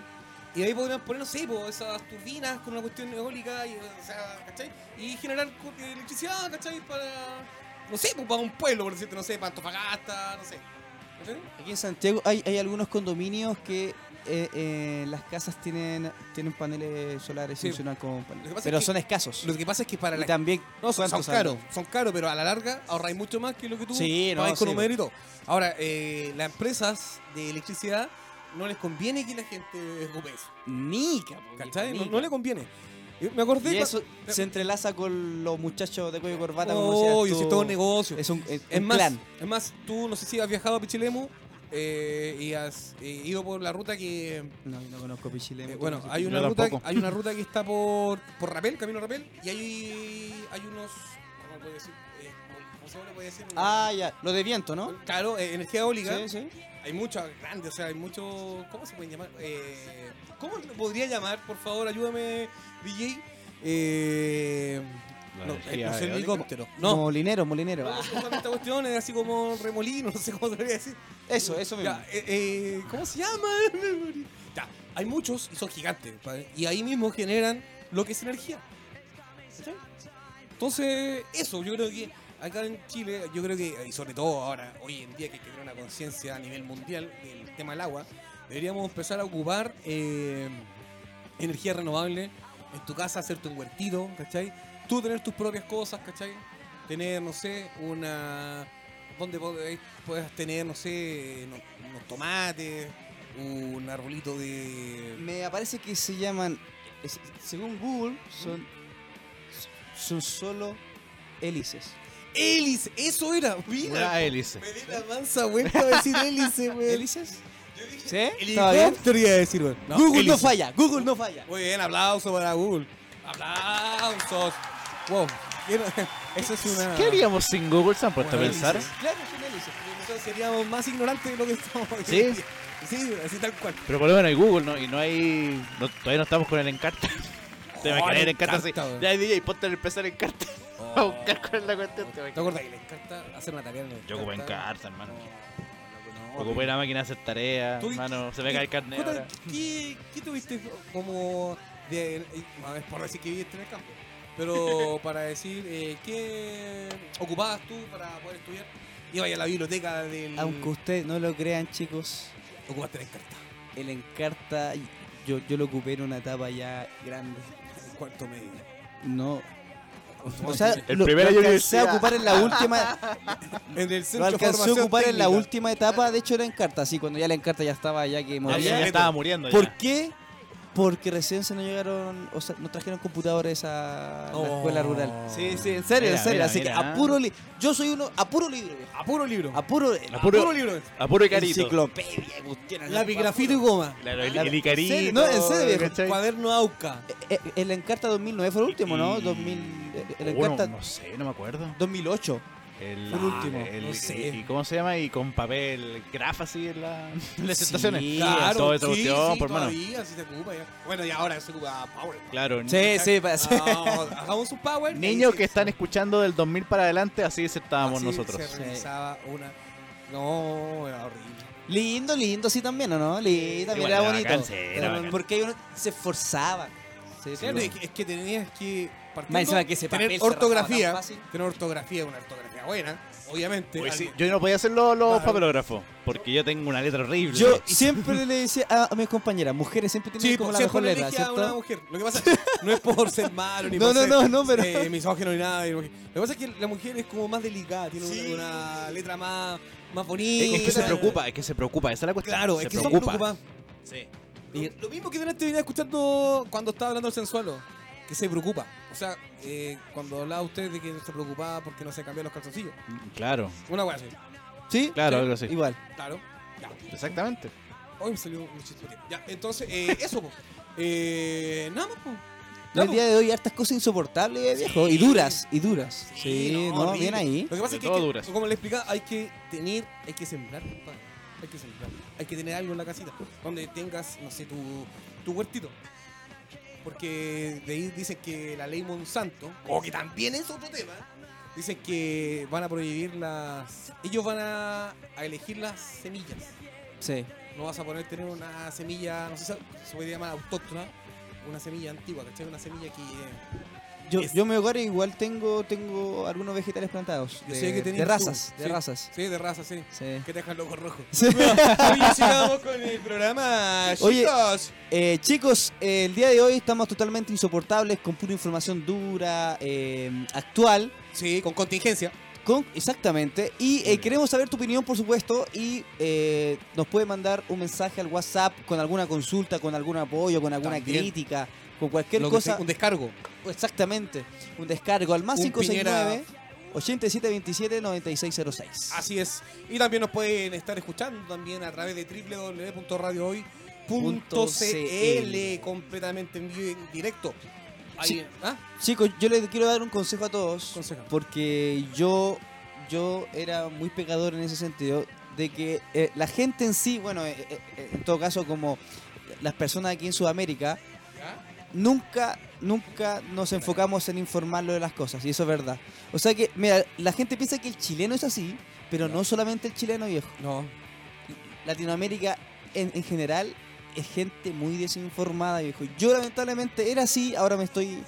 Y ahí podrían poner, no sé, po, esas turbinas con una cuestión eólica y, o sea, ¿cachai? y generar co- eh, electricidad, ¿cachai? Para, no sé, po, para un pueblo, por decirte, no sé, para Antofagasta, no sé. ¿Cachai? Aquí en Santiago hay, hay algunos condominios que eh, eh, las casas tienen, tienen paneles solares Sí. funcionan con Lo paneles. que pasa Pero es que- son escasos. Lo que pasa es que para Y la también No, son, son ¿cuántos caros, salen? son caros, pero a la larga ahorráis mucho más que lo que tú Sí, no, pagas con sí. un modelo y todo. Ahora, eh, las empresas de electricidad no les conviene que la gente ocupe eso. Nica, po, ¿Cachai? No, nica. no le conviene. Y Me acordé. Y cua- eso se entrelaza con los muchachos de cuello y corbata como Oh, decías yo tú. sí, todo un negocio. Es un, es Es un más, plan. es más, tú no sé si has viajado a Pichilemu eh, y has eh, ido por la ruta que. eh, No, yo no conozco Pichilemu. bueno, hay Yo una, ruta, tampoco. hay una ruta que está por, por Rapel, Camino Rapel, y hay, hay unos. ¿Cómo puedo decir? Eh, ¿Cómo se le puede decir? Ah, ya, lo de viento, ¿no? Claro, eh, energía eólica. Sí, sí. Hay muchos grandes, o sea, hay muchos. ¿Cómo se pueden llamar? Eh, ¿Cómo lo podría llamar? Por favor, ayúdame, DJ. Eh, La no, energía eh, no sé, eólica. helicóptero. No. No, Molinero, molinero. no, Ah, justamente esta cuestión es así como remolino, no sé cómo se debería decir. Eso, eso mismo. Ya, eh, eh, ¿Cómo se llama? Ya, hay muchos y son gigantes. ¿vale? Y ahí mismo generan lo que es energía. ¿Cachai? Entonces, eso, yo creo que acá en Chile, yo creo que, y sobre todo ahora, hoy en día que hay que tener una conciencia a nivel mundial del tema del agua, deberíamos empezar a ocupar eh, energía renovable en tu casa, hacerte un huertito, ¿cachai? Tú tener tus propias cosas, ¿cachai? Tener, no sé, una... donde pod- puedas tener, no sé, no- unos tomates, un arbolito de... Me aparece que se llaman, es- según Google, son, son solo hélices. ¡Hélice! ¡Eso era! ¡Mira! Una hélice. Me di la mansa vuelta a decir hélice, weón. ¿Hélices? ¿Sí? ¿Está bien? Helicóptero iba a decir, weón. Google no hélice. falla, Google no falla. Muy bien, aplauso para Google. Aplausos. Wow. Quiero- Eso es una. ¿Qué haríamos sin Google? ¿Se han puesto a Una pensar? hélice. Claro, son hélices. Nosotros seríamos más ignorantes de lo que estamos. hoy ¿Sí? en día. Sí, así tal cual. Pero por lo menos hay Google, ¿no? Y no hay... no- todavía no estamos con el Encarta. Te Oh, imaginas el el Encarta así. Encarta, weón. Ya, DJ, ponte el empezar el Encarta. A buscar con la cuestión. te ¿Te imaginas. acuerdas que le encanta hacer una tarea en el Yo ocupo Encarta, No, hermano. no, no. Ocupé la máquina de hacer tareas, Tú- hermano. Se me cae el carnet Jota, ahora. ¿qué, ¿Qué tuviste como de, eh, a ver, por decir que viviste en el campo? Pero para decir, eh, ¿qué ocupabas tú para poder estudiar? Ibas a la biblioteca del... Aunque ustedes no lo crean, chicos, Ocupaste la encarta. el Encarta yo, yo lo ocupé en una etapa ya grande. El cuarto medio. No. O sea, El lo, primer lo año de alcancé a universidad. ocupar en la última, en el lo centro de alcancé a formación ocupar en la técnica. última etapa, de hecho era en carta, así cuando ya la encarta ya estaba ya que Ya, ya moría. estaba muriendo ya. ¿Por qué? Porque recién se nos llegaron, o sea, nos trajeron computadores a la Oh. escuela rural. Sí, sí, en serio, Mira, en serio, mira, así mira. ¿eh? que a puro li- yo soy uno a puro libro, viejo. A Ah, puro libro. a puro A puro- libro. A puro carito. enciclopedia, cuestión, Lápiz, grafito y goma. Claro, el, Claro. el Icarito. Sí, no, en serio, viejo. ¿cachai? Cuaderno AUCA. Eh, eh, El Encarta 2009 fue el último, ¿no? Y- 2000 eh, el Oh, no, Encarta no sé, no me acuerdo. 2008. El, ah, Fue el último, el- no sé. ¿Y cómo se llama? Y con papel graf así en, la, en las Sí, estaciones. Claro, todo esto sí, cuestión, pues, sí, por mano. todavía, sí se ocupa ya. Bueno, y ahora se ocupa Power. Claro, Sí, sí, para Ah, hagamos un Power. niños Sí, que sí. están escuchando del 2000 para adelante, así estábamos Así nosotros. Se realizaba una. No, era horrible. Lindo, lindo, sí también, ¿o no? Lindo, también Igual era era bonito. bacán, sí, era Pero bacán. Porque uno se esforzaba. Sí, Claro, sí, es, que, es que tenías que. partiendo, Más encima que ese papel tener se ortografía. rasgaba tan fácil. Tener ortografía, una ortografía buena, obviamente. Oye, Al- sí, yo no podía hacer los, los Claro. papelógrafos, porque yo tengo una letra horrible. Yo siempre le decía a, a mis compañeras, mujeres siempre tienen Sí, como por la siempre mejor le letra, elegía a una ¿cierto? mujer. Lo que pasa es que no es por ser malo ni No, por no, ser, no, no, pero- eh, misógino ni nada. Lo que pasa es que la mujer es como más delicada, tiene una, una letra más, más bonita. es que se preocupa, es que se preocupa, esa es la cuestión. Claro, se es que preocupa. se preocupa. Sí. Y lo mismo que delante venía escuchando cuando estaba hablando el sensualo, que se preocupa. O sea, eh, cuando hablaba usted de que se preocupaba porque no se cambian los calzoncillos. Claro, Una wea así, Sí, claro, Sí. algo así. igual. claro. Ya. Exactamente. Hoy me salió un chiste. Ya, entonces, eh, eso, pues. Eh, nada más, pues. No, el día de hoy hartas cosas insoportables, eh, viejo. Y duras, y duras. Sí, no, horrible. bien ahí. Lo que pasa De es que, todo hay que- duras. como le explicaba, hay que tener, hay que sembrar, compadre. Hay que sembrar. Hay que tener algo en la casita donde tengas, no sé, tu, tu huertito. Porque de ahí dicen que la ley Monsanto, o que también es otro tema, dicen que van a prohibir las. Ellos van a, a elegir las semillas. Sí. No vas a poner tener una semilla, no sé si se puede llamar autóctona, una semilla antigua, ¿cachai? Una semilla que. eh, Yo, Es- yo en mi hogar e igual tengo, tengo algunos vegetales plantados. Yo de, sé que de tenías tú. razas, de Sí. razas. Sí, de raza, sí. Sí. Que te dejan loco rojo. Sí. Oye, sigamos con el programa, Oye. chicos. Eh, chicos, eh, el día de hoy estamos totalmente insoportables, con pura información dura, eh, actual, Sí, con contingencia. con, exactamente. Y eh, bien. queremos saber tu opinión, por supuesto, y eh, nos puede mandar un mensaje al WhatsApp con alguna consulta, con algún apoyo, con alguna También. crítica, con cualquier Lo que cosa. sea, un descargo. Exactamente, un descargo al más Un 569 8727-9606. Así es. Y también nos pueden estar escuchando también a través de www.radiohoy.cl completamente en vivo y en directo. Ahí, Sí. ¿ah? Chicos, yo les quiero dar un consejo a todos. Consejo. Porque yo, yo era muy pecador en ese sentido. De que eh, la gente en sí, bueno, eh, eh, eh, en todo caso, como las personas aquí en Sudamérica, ¿Ya? nunca nunca nos enfocamos en informarlo de las cosas, y eso es verdad. O sea que, mira, la gente piensa que el chileno es así, pero no solamente el chileno viejo. No. Latinoamérica en, en general es gente muy desinformada, viejo. Yo lamentablemente era así, ahora me estoy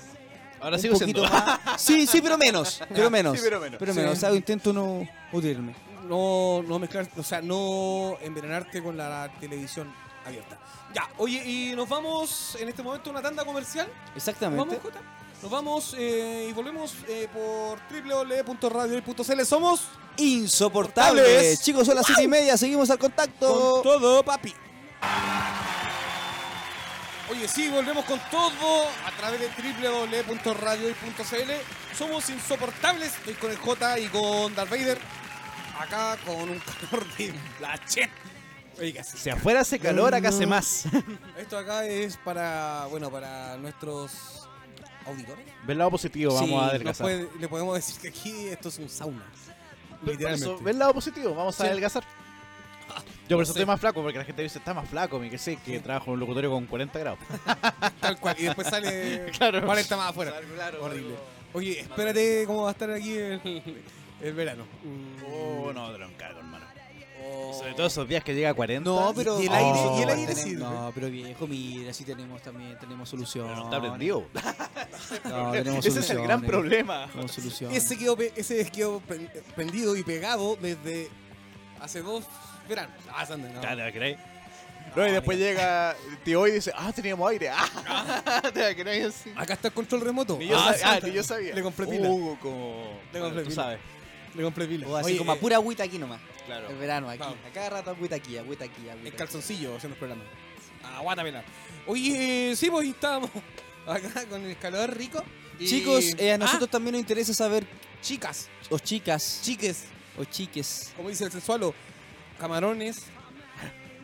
Ahora un sigo poquito siendo. más- Sí, sí, pero menos, pero menos. pero menos. Pero menos, Sí. o sea, intento no hundirme. No, no mezclar, o sea, no envenenarte con la televisión abierta. Ya, oye, y nos vamos en este momento a una tanda comercial. ¿Nos vamos, Exactamente. Jota? Nos vamos eh, y volvemos eh, por www.radio.cl. Somos Insoportables. Chicos, son las siete y media, seguimos al con contacto. todo, papi. Oye, sí, volvemos con todo a través de www.radio.cl. Somos insoportables. Estoy con el J y con Darth Vader. Acá con un calor de la chet. Oiga, sí. Si afuera hace calor, acá hace más. Esto acá es para, bueno, para nuestros auditores. Ve el lado positivo, vamos Sí, a nos adelgazar. puede- le podemos decir que aquí esto es un sauna. Por eso, Literalmente. Ve el lado positivo, vamos a Sí. adelgazar. Yo por eso sé. estoy más flaco, porque la gente dice, está más flaco, mi que sé, que trabajo en un locutorio con 40 grados. Tal cual. Y después sale Claro. 40 más afuera. Horrible. Oye, espérate cómo va a estar aquí el, el verano. Oh, no, te lo encargo, hermano. Sobre todo esos días que llega a 40. No, pero Y el aire- y el aire tenemos- sirve. No, pero viejo, mira, sí tenemos también tenemos solución. Pero no está prendido. No, tenemos Ese es el gran soluciones. problema. Tenemos soluciones. Ese quedó, pe- ese quedó pen- pendido y pegado desde hace dos veranos. Ah, Sander, no. Ya, ¿Te la crees? No, y después llega el tío y dice, ah, teníamos aire. Ah, te la crees así. Acá está el control remoto. Ni yo, ah, sabía, ah, Sander. ni yo sabía. Le compré pila. Uh, como... Le compré bueno, tú pila. sabes. Le compré pila. O Oh, así Oye, como a eh, pura agüita aquí nomás. Claro. El verano aquí. Vamos. A cada rato agüita aquí, agüita aquí, agüita En aquí. calzoncillo haciendo el programa. Aguanta, pela. Oye, eh, sí, pues y estábamos acá con el calor rico. y- Chicos, eh, a Ah, nosotros también nos interesa saber, chicas, o chicas, chiques, o chiques, como dice el sensualo, camarones,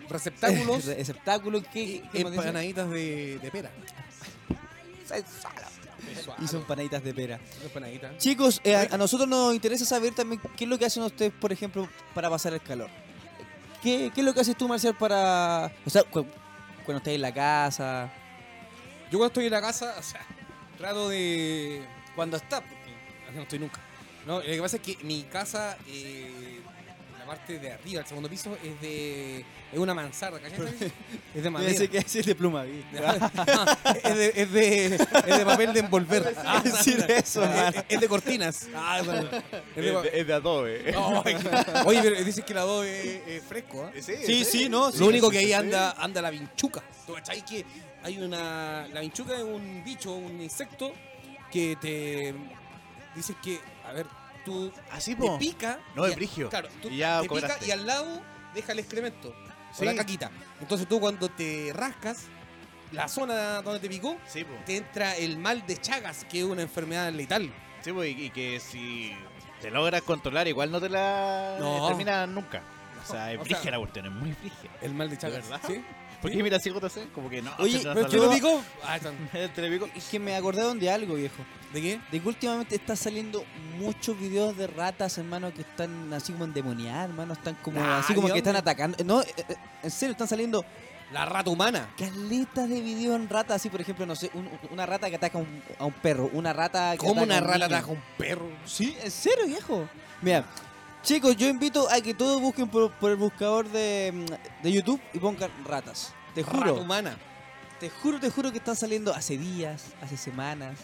receptáculos, receptáculos, ¿qué, qué más dicen? empanaditas de, de pera. Y son panaditas de pera. empanaditas. Chicos, eh, a, a nosotros nos interesa saber también qué es lo que hacen ustedes, por ejemplo, para pasar el calor. ¿Qué, qué es lo que haces tú, Marcial, para... O sea, cu- cuando estás en la casa... Yo cuando estoy en la casa, o sea, trato de. Cuando estás... Acá No estoy nunca. No, lo que pasa es que mi casa, eh, la parte de arriba, el segundo piso, es de. Es una mansarda, ¿cachai? Es de madera. Parece que haces de pluma, vi. es, de, es, de, es de papel de envolver. Ah, decir eso, es, es de cortinas. Ah, bueno. Es de Es pa- Eh, de, es de adobe. No, Oye, pero dices que el adobe es, es fresco, ¿ah? Sí, Sí, sí, no, sí. Lo único que sí, ahí sí. anda, anda la vinchuca. ¿Tú cachai que hay una. La vinchuca es un bicho, un insecto que te. Dices que. A ver, tú. Así, Te po. pica. No, y- es brigio. Claro, tú Y ya te cobraste. pica y al lado deja el excremento. Sí. O la caquita. Entonces tú cuando te rascas, la zona donde te picó, Sí, po. te entra el mal de Chagas, que es una enfermedad letal. Sí, po, y, y que si te logras controlar, igual no te la No. terminas nunca. O sea, es o brígida sea- la cuestión, es muy brígida. El mal de Chagas. verdad? Ah, ¿Sí? ¿Por qué mira CJC? Como que no. Oye, se ¿Pero es trata que la- lo picó? Ah, está. El telepico. Es que me acordaron de algo, viejo. ¿De qué? De que últimamente están saliendo muchos videos de ratas, hermano, que están así como endemoniadas, hermano. Están como Ah, así como ¿y que están dónde? atacando. No, eh, eh, en serio, están saliendo La rata humana. caletas de videos en ratas. Así, por ejemplo, no sé, un- una rata que ataca a un, a un perro. Una rata que ¿Cómo ataca una a un rata niño. ataca a un perro? Sí, en serio, viejo. Mira, chicos, yo invito a que todos busquen por, por el buscador de, mm, de YouTube y pongan ratas. Te Rata juro, humana. te juro, te juro que están saliendo hace días, hace semanas.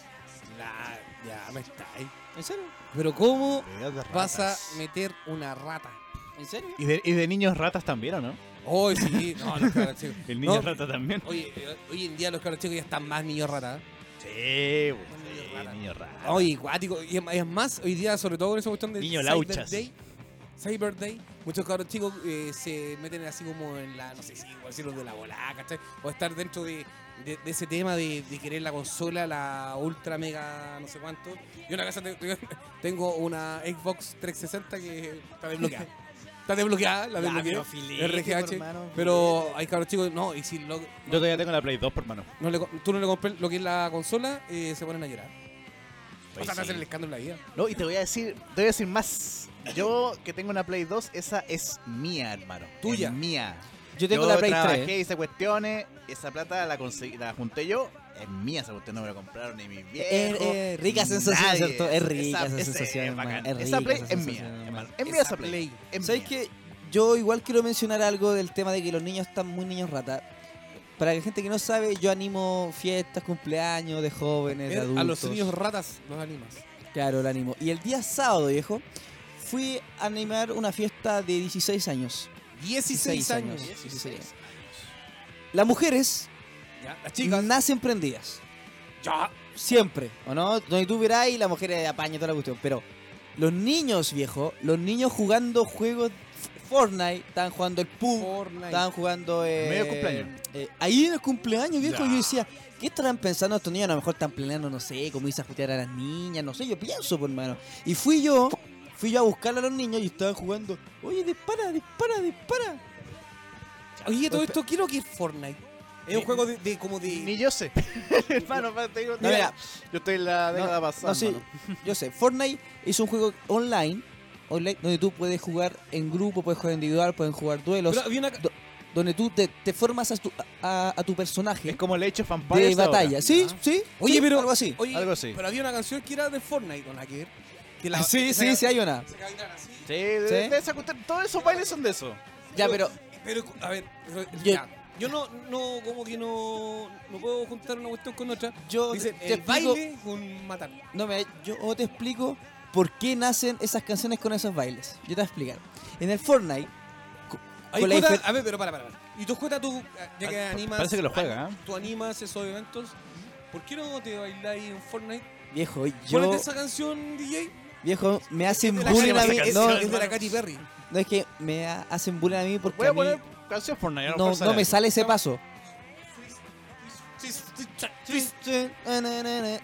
La, ya me está ahí. ¿En serio? Pero ¿cómo Videos de vas a ratas. meter una rata? ¿En serio? ¿Y de, y de niños ratas también, ¿o no? Oh, sí, no, los cabros chicos. El niño No, rata también. Oye, eh, hoy en día los cabros chicos ya están más niños rata. ¿eh? Sí, po, Un sí, niño rata. niño rata. Oye, cuático. Y es y es más, hoy día, sobre todo con esa cuestión de Niño Cyber lauchas. Day. Cyber Day, muchos cabros chicos eh, se meten así como en la, no sé si por decirlo de la volada, ¿cachai? O estar dentro de, de- de ese tema de, de querer la consola, la ultra mega, no sé cuánto. Yo en la casa te- te- tengo una Xbox 360 que está desbloqueada. Está desbloqueada, la desbloqueé. RGH. Pero hay cabros chicos, no, y si lo, Yo todavía tengo la Play 2, por hermano. no le co- tú no le compras lo que es la consola, eh, se ponen a llorar. O sea, te Oye, sí. hacen el escándalo en la vida. No, y te voy a decir, te voy a decir más. Yo que tengo una Play 2, esa es mía, hermano. Tuya. Es mía. Yo tengo la Play trabajé, 3. hice cuestiones, esa plata la conseguí, la junté yo es mía esa cuestión, no me la compraron ni mi viejo. Es, es rica sensación, nadie. ¿cierto? Es rica Esa- esa, ese sensación, es hermano. bacán. Es Esa rica play es mía, sensación, hermano. hermano. Es mía esa Esa play. Es ¿Sabes mía. qué? Yo igual quiero mencionar algo del tema de que los niños están muy niños rata. Para la gente que no sabe, yo animo fiestas, cumpleaños de jóvenes, de adultos. Eh, A los niños ratas los animas. Claro, lo animo. Y el día sábado, viejo, fui a animar una fiesta de 16 años. 16 años. años. Las mujeres Ya, Las chicas. nacen prendidas. Ya. Siempre, ¿o no? Donde tú verás y la mujer apaña toda la cuestión. Pero los niños, viejo, los niños jugando juegos Fortnite, estaban jugando el PUB, Fortnite. estaban jugando... Eh, medio del cumpleaños. eh, ahí en el cumpleaños, viejo, Ya. yo decía, ¿qué estarán pensando estos niños? A lo mejor están planeando, no sé, cómo irse a jutear a las niñas, no sé, yo pienso, por hermano. Y fui yo, fui yo a buscar a los niños y estaban jugando, oye, dispara, dispara, dispara. Oye, todo esto quiero que es Fortnite. Es un juego de, de como Ni de. yo sé. Hermano, pa, te digo- No, mira. yo estoy en la década pasada. sí, hermano. yo sé, Fortnite es un juego online, online donde tú puedes jugar en grupo, puedes jugar individual, pueden jugar duelos, Pero había una. do- donde tú te, te formas a tu, a, a tu personaje Es como le he hecho fanpage. de batalla. Sí, Ah. sí, Oye, sí, pero. algo así. Ah, Oye, Algo así. Pero había una canción que era de Fortnite, con la que ver. Que la- sí, que sí, se- sí, hay una. se caminan así. Sí, de, Sí. de esa cuestión. Todos esos bailes son de eso. Ya, pero Pero, a ver, pero, Yo- ya. yo no, no, como que no, no puedo juntar una cuestión con otra. yo Dice, te el explico- baile con matar. No, me, yo te explico por qué nacen esas canciones con esos bailes. Yo te voy a explicar. En el Fortnite, co- Ahí con la Jota- difer- a ver, pero para, para, para. Y tú, Jota, tú, ya que Ah, animas... parece que lo juega, ¿eh? Tú animas esos eventos. ¿Por qué no te bailáis en Fortnite? viejo, yo, Ponete esa canción, DJ. viejo, me hacen Es de la bullying a Katy- mí. es- No, es de la hermano. Katy Perry. no, es que me ha- hacen bullying a mí Voy porque a a mí poner canciones por Fortnite. a lo no, mejor sale no me algo. sale ese paso. Swiss, Swiss, Swiss,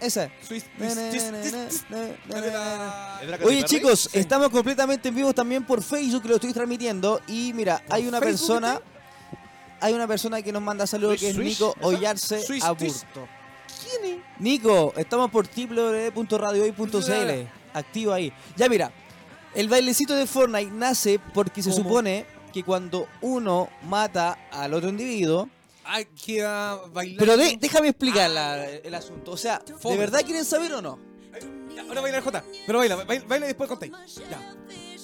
Esa. Swiss, Swiss, Swiss, Swiss. Es de la- Es de la Katy Oye Perry. chicos, estamos completamente en vivo también por Facebook, que lo estoy transmitiendo. Y mira, hay una Facebook, persona, hay una persona que nos manda saludos Swish, que es swish, Nico ¿esa? Ollarse Swish, swish. Aburto. Nico, estamos por www.radiohoy.cl. Activo ahí. Ya mira, el bailecito de Fortnite nace porque se ¿Cómo? supone que cuando uno mata al otro individuo, Ay, queda bailar. pero de- déjame explicar Ah. la- el asunto. O sea, ¿de Fome. verdad quieren saber o no? Ya, Ahora baila Jota. Pero baila, baila, baila y después contáis. Ya.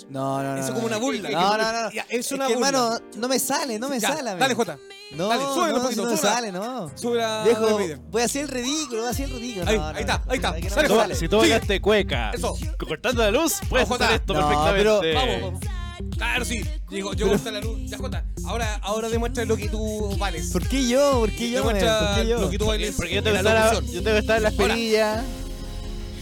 No, no, no. Eso no, como una no. burla. No, no, no. Ya, es una que, burla. hermano, no me sale, no me Ya, sale. Dale, amigo. Jota. No, Dale, súbele no, un poquito, no me súbele. sale, no. Sube la. Viejo, la media. voy a hacer el ridículo, voy a hacer el ridículo. Ahí, No, no, ahí está, no, ahí está. no, que no Sale, me Jota. sale. Si tú Sigue. bailaste cueca, Eso. cortando la luz, puedes Jota. hacer esto No, perfectamente. Vamos, vamos. Claro, sí. Digo, yo corté la luz. Ya, Jota. Ahora, ahora demuestra lo que tú vales. ¿Por qué yo? ¿Por qué yo? man? Demuestra ¿Por qué yo? lo que tú Porque, vales. porque yo en tengo que la estar, a- locución. yo tengo que estar en las Ahora. perillas.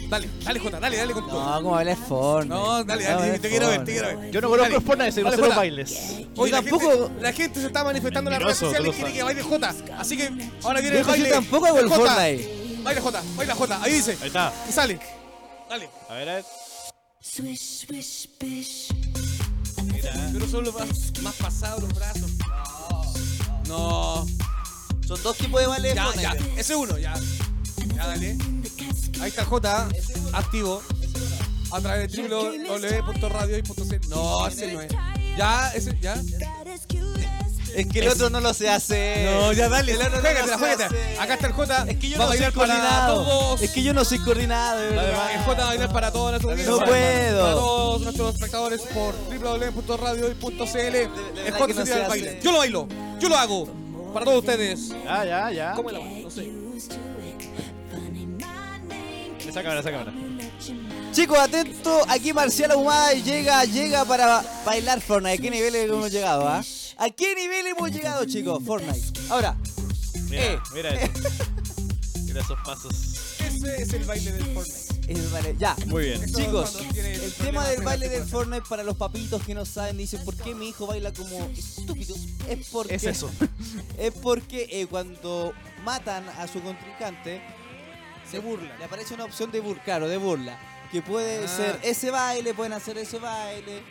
Dale, dale, Jota. Dale, dale con No, todo. como habla Fortnite. No, dale, Como dale. habla Te quiero ver, te Fortnite. quiero ver. Yo no conozco Dale. el Fortnite, sé Dale, hacer los Jota. bailes. Oye, Yo la tampoco- gente- La gente se está manifestando en las redes Mentiroso, sociales tú y quiere sabes. que baile Jota. Así que ahora viene el Viejo, baile. yo tampoco hago del el Jota. Fortnite. Baila Jota, baila Jota. Ahí dice. Ahí está. Y sale. Dale. A ver, a ver. Swish, swish, bish. Pero son los brazos más pasados los brazos. No. Son dos tipos de bailes de Ya, ya. Fortnite. Ese uno, ya. Ya, dale. Ahí está J, activo. A través de www.radioy.cl. No, ese no es. Ya, ese, ya. Es que el otro no lo se hace. No, ya dale. El otro no Juégatela, lo se juégatela. hace. Acá está el J. Es que yo Va a no soy bailar para coordinado. todos. Es que yo no soy coordinado, de Dale, verdad. va, el J va a bailar para todos nuestros No audiencias, puedo. Para todos nuestros espectadores por www.radioy.cl. El verdad J que se tira no se el hace. baile. Yo lo bailo. Yo lo hago. Para todos ustedes. Ya, ya, ya. ¿Cómo la No sé. Esa cámara, esa cámara. Chicos, atento, aquí Marcial Ahumada llega, llega para bailar Fortnite. ¿A qué nivel hemos llegado, ah? ¿A qué nivel hemos llegado, chicos? Fortnite. Ahora, Mira, Eh. mira eso. Mira esos pasos. Ese es el baile del Fortnite. es- eh, vale, ya. Muy bien. Esto Chicos, cuando tiene el tema problemas del baile del relacionados. Fortnite para los papitos que no saben, dicen, ¿por qué mi hijo baila como estúpido? Es porque... Es eso. Es porque eh, cuando matan a su contrincante, se burla. Le aparece una opción de burla, claro, de burla. Que puede Ah. ser ese baile, pueden hacer ese baile.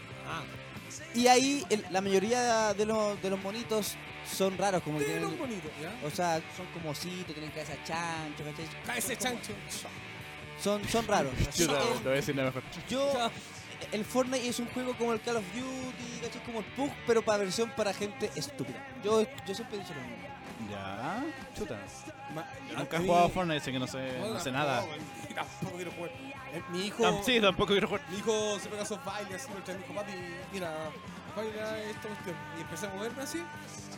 Y ahí el- la mayoría de, los- de los monitos son raros, como que Tiene tienen- un bonito, ¿ya? O sea, son como ositos, tienen cabeza chancho, ¿cachai? Ese chancho. Son, son raros. eh, Yo te- te voy a decir la mejor. Yo, el Fortnite es un juego como el Call of Duty, ¿cachai? Como el PUG, pero para versión para gente estúpida. Yo, yo siempre he dicho lo mismo. Ya. Chuta. Ma- Yo nunca a he mí- jugado a Fortnite, así que no sé, No, no sé tampoco, nada. güey. Tampoco quiero jugar. Eh, Mi hijo. Tam- Sí, tampoco quiero jugar. Mi hijo siempre que hizo baile así, me dijo, papi, mira, baila esta cuestión. Y empecé a moverme así,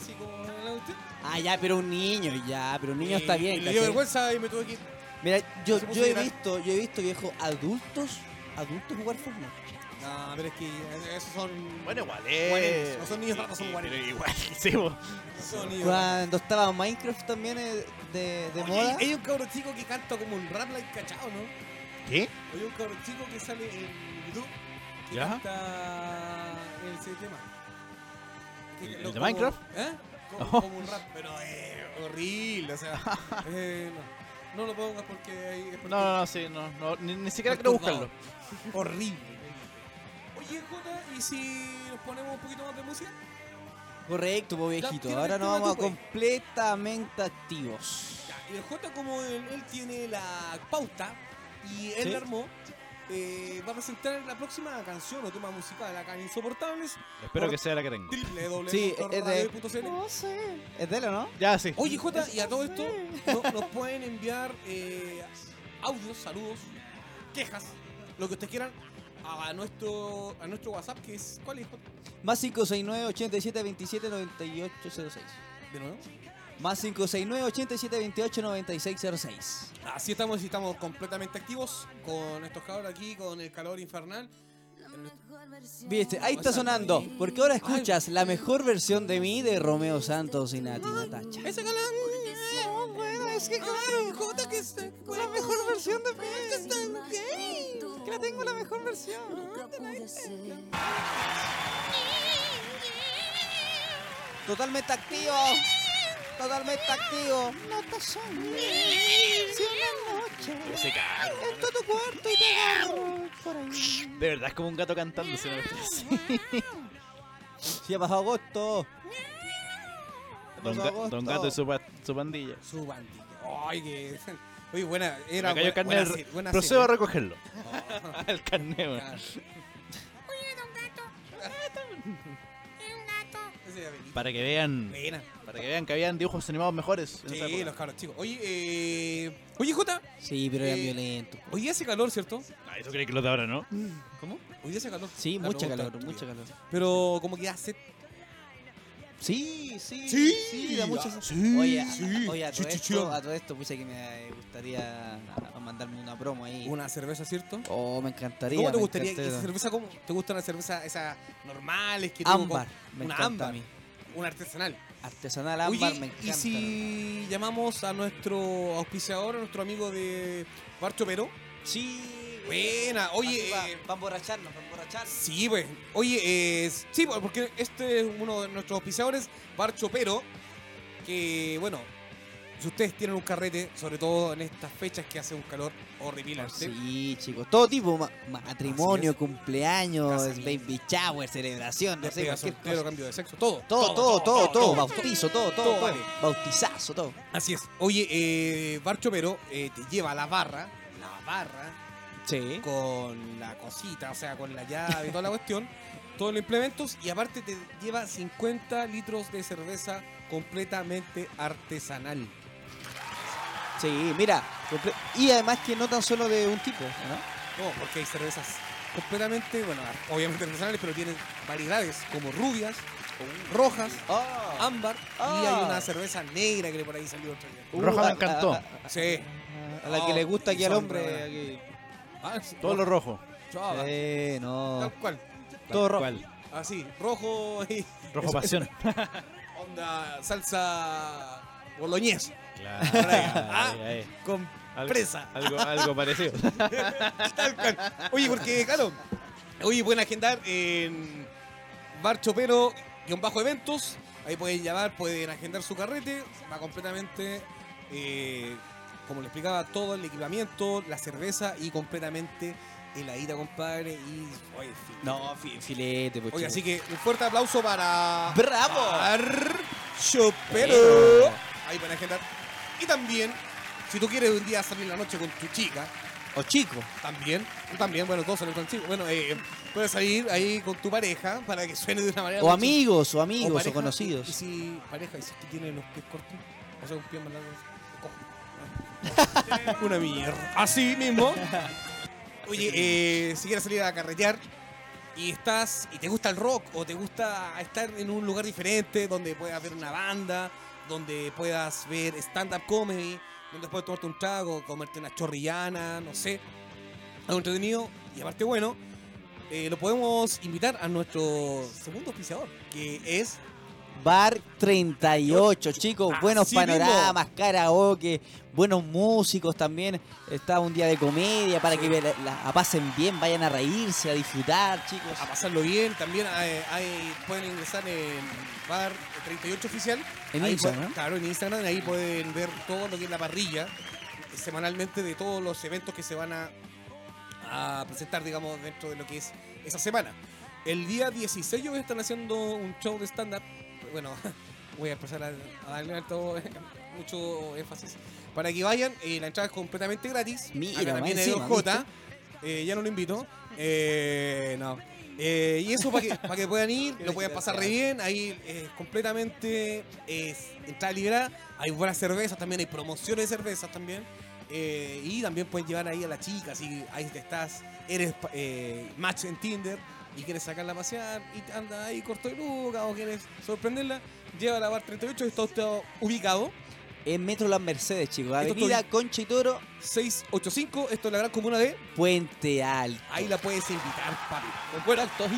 así como en la cuestión. Ah, ya, pero un niño, ya, pero un niño está Y- bien. Y le dio ¿cachai? vergüenza y me tuve que ir. Mira, yo, Se puso yo a he llorar. visto, yo he visto viejo adultos, adultos jugar Fortnite. No, pero es que eh, esos son. Bueno, igual, Guarenes, eh. No son niños ratas, Sí, son Pero guarenes. igual, sí, vos. No son niños ratas. Cuando estaba Minecraft también eh, de, Oye, de eh, moda. Hay un cabro chico que canta como un rap like cachao, ¿no? ¿Qué? Hay un cabro chico que sale en YouTube que ¿Ya? canta ese tema. Que- ¿El- el lo- de como- Minecraft? ¿Eh? Como, Oh. como un rap, pero eh, horrible, o sea. eh, no. no lo pongas porque ahí es No, no, no, sí, no. no, ni, ni siquiera quiero Perturbado. buscarlo. horrible. Oye, Jota, ¿y si nos ponemos un poquito más de música? Correcto, po, viejito. tírame Ahora el nos tema vamos a tú, pues. completamente activos. Ya, y el Eh, Jota, como él, él tiene la pauta y él Sí. la armó, eh, va a presentar la próxima canción o tema musical acá en Insoportables, Espero que sea la que tengo. Sí, eh, es de- www.radio.cl. ¿Es de él o no? Ya, sí. Oye, Jota, y a todo esto, no- nos pueden enviar eh, audios, saludos, quejas, lo que ustedes quieran, a nuestro, a nuestro WhatsApp, que es. ¿Cuál es, Jota? Más 569 87 27 98 06. De nuevo. Más 569 87 28 96 06. Así estamos y estamos completamente activos con estos cabros aquí, con el calor infernal. Viste, ahí está sonando. Porque ahora escuchas la mejor versión de mí de Romeo Santos y Nati Natacha. Ese galán. eh, bueno, es que claro, Jota, que es la mejor versión de Fernanda. Que la tengo la mejor versión. Totalmente activo. Totalmente activo. No te sonríes. Si una noche. Ese caro. Está tu cuarto y te agarro por ahí. De verdad es como un gato cantando, si no me crees. Si ha pasado agosto. Don, Ga- Don Gato y su, pa- su pandilla. Su bandido. Ay, que. Oye, buena. Era Me cayó buena, carne buena, del- se- buena Procedo a serie. recogerlo. Oh, Al carné, weón. claro. Ese era Benito. Para que vean. Buena. Para que vean que habían dibujos animados mejores. en esa Sí, época. los cabros chicos. Oye, eh. Oye, Jota. Sí, pero eran Eh, violentos. Hoy día hace calor, ¿cierto? Ay, ¿Tú crees Ah, que lo de ahora, no? ¿Cómo? Hoy día hace calor. Ah, Sí, La mucho pregunta calor, estúpida. mucho calor. Pero como que hace. Sí, sí, Sí, da ah, mucho. sí, oye, a- sí, oye, a sí, todo, sí, sí. esto, a todo esto, pucha que me gustaría a- mandarme una promo ahí. Una cerveza, ¿cierto? Oh, me encantaría. ¿Cómo te me gustaría que esa encantaría. cerveza cómo? ¿Te gustan las cervezas esas normales que tú Ámbar, con- me una encanta ámbar, a mí. una artesanal. Artesanal ámbar, Oye, me encanta. y si llamamos a nuestro auspiciador, a nuestro amigo de Barcho Peró. Sí. Buena, oye, Así eh, va, va a emborracharnos, va a emborracharnos. Sí, pues. Oye, eh, sí, pues, porque este es uno de nuestros auspiciadores, Barcho Pero, que bueno, si ustedes tienen un carrete, sobre todo en estas fechas que hace un calor horripilante. Ah, Sí, chicos, todo tipo, ma- matrimonio, Así es. cumpleaños, Casamiento. baby shower, celebración, no sé, Despega cualquier soltero, cosa. cambio de sexo, todo. Todo, todo, todo, todo, todo. bautizo, todo, todo, Todo, todo, vale. bautizazo, todo. Así es. Oye, eh, Barcho Pero eh, te lleva a la barra, la barra, Sí. con la cosita, o sea, con la llave y toda la cuestión, todos los implementos y aparte te lleva 50 litros de cerveza completamente artesanal. Sí, mira, comple- y además que no tan solo de un tipo, ¿no? No, porque hay cervezas completamente, bueno, obviamente artesanales, pero tienen variedades como rubias, rojas, Oh, ámbar y Ah. hay una cerveza negra que por ahí salió otro día. Roja me a- encantó. A, a- Sí. a Oh, la que le gusta aquí al Son hombre. raras. aquí. Ah, sí. Todo lo rojo. Chava. Sí, Eh, no. Tal cual. Todo rojo. ¿Cuál? Así, rojo y Rojo pasión. onda salsa boloñesa. Claro. Ah. ahí, ahí. Con Algo- presa. Algo, algo parecido. Tal cual. Oye, porque, claro, oye, pueden agendar en Bar Chopero, guión bajo eventos. Ahí pueden llamar, pueden agendar su carrete. Va completamente, eh, como le explicaba, todo el equipamiento, la cerveza y completamente heladita, compadre. Y, oye, fin. No, fi- filete, pues. Oye, chico. así que un fuerte aplauso para. ¡Bravo! Bar Chopero. Eso. Ahí pueden agendar. Y también, si tú quieres un día salir en la noche con tu chica, O chico. También, tú también, bueno, todos salen con chicos. Bueno, eh, puedes salir ahí con tu pareja para que suene de una manera. O mucho- amigos, o amigos, o, pareja, Y conocidos. si pareja, y si es que tiene los pies cortos, o sea, un pie más largo. cojo. una mierda. Así mismo. Oye, eh, si quieres salir a carretear y estás y te gusta el rock o te gusta estar en un lugar diferente donde puedas ver una banda, donde puedas ver stand-up comedy, donde puedes tomarte un trago, comerte una chorrillana, no sé, algo entretenido y aparte bueno, eh, lo podemos invitar a nuestro segundo auspiciador, que es Bar 38, chicos. Así Buenos mismo. panoramas, karaoke, buenos músicos también. Está un día de comedia para que la, la- la pasen bien, vayan a reírse, a disfrutar, chicos. a pasarlo bien. También hay- hay- pueden ingresar en Bar 38 Oficial. En Ahí Instagram, pueden- ¿no? claro, en Instagram. Ahí pueden ver todo lo que es la parrilla eh, semanalmente de todos los eventos que se van a, a presentar, digamos, dentro de lo que es esa semana. El día 16 ellos están haciendo un show de stand-up. Bueno, voy a empezar a, a darle todo, mucho énfasis. Para que vayan, eh, la entrada es completamente gratis. Mira, Acá también más hay encima, 2J. Eh, ya no lo invito. Eh, no. Eh, y eso para que, pa' que puedan ir, lo puedan pasar re bien. Ahí es completamente es entrada libre. Hay buenas cervezas también, hay promociones de cervezas también. Eh, y también pueden llevar ahí a la chica si ahí te estás, eres pa- eh, match en Tinder y quieres sacarla a pasear y te anda ahí corto de luca o quieres sorprenderla, lleva la bar 38, está usted ubicado En Metro Las Mercedes, chicos. Esto Avenida estoy- Concha y Toro, 685, esto es la gran comuna de Puente Alto. Ahí la puedes invitar, papi. Con Puerto Alto. Con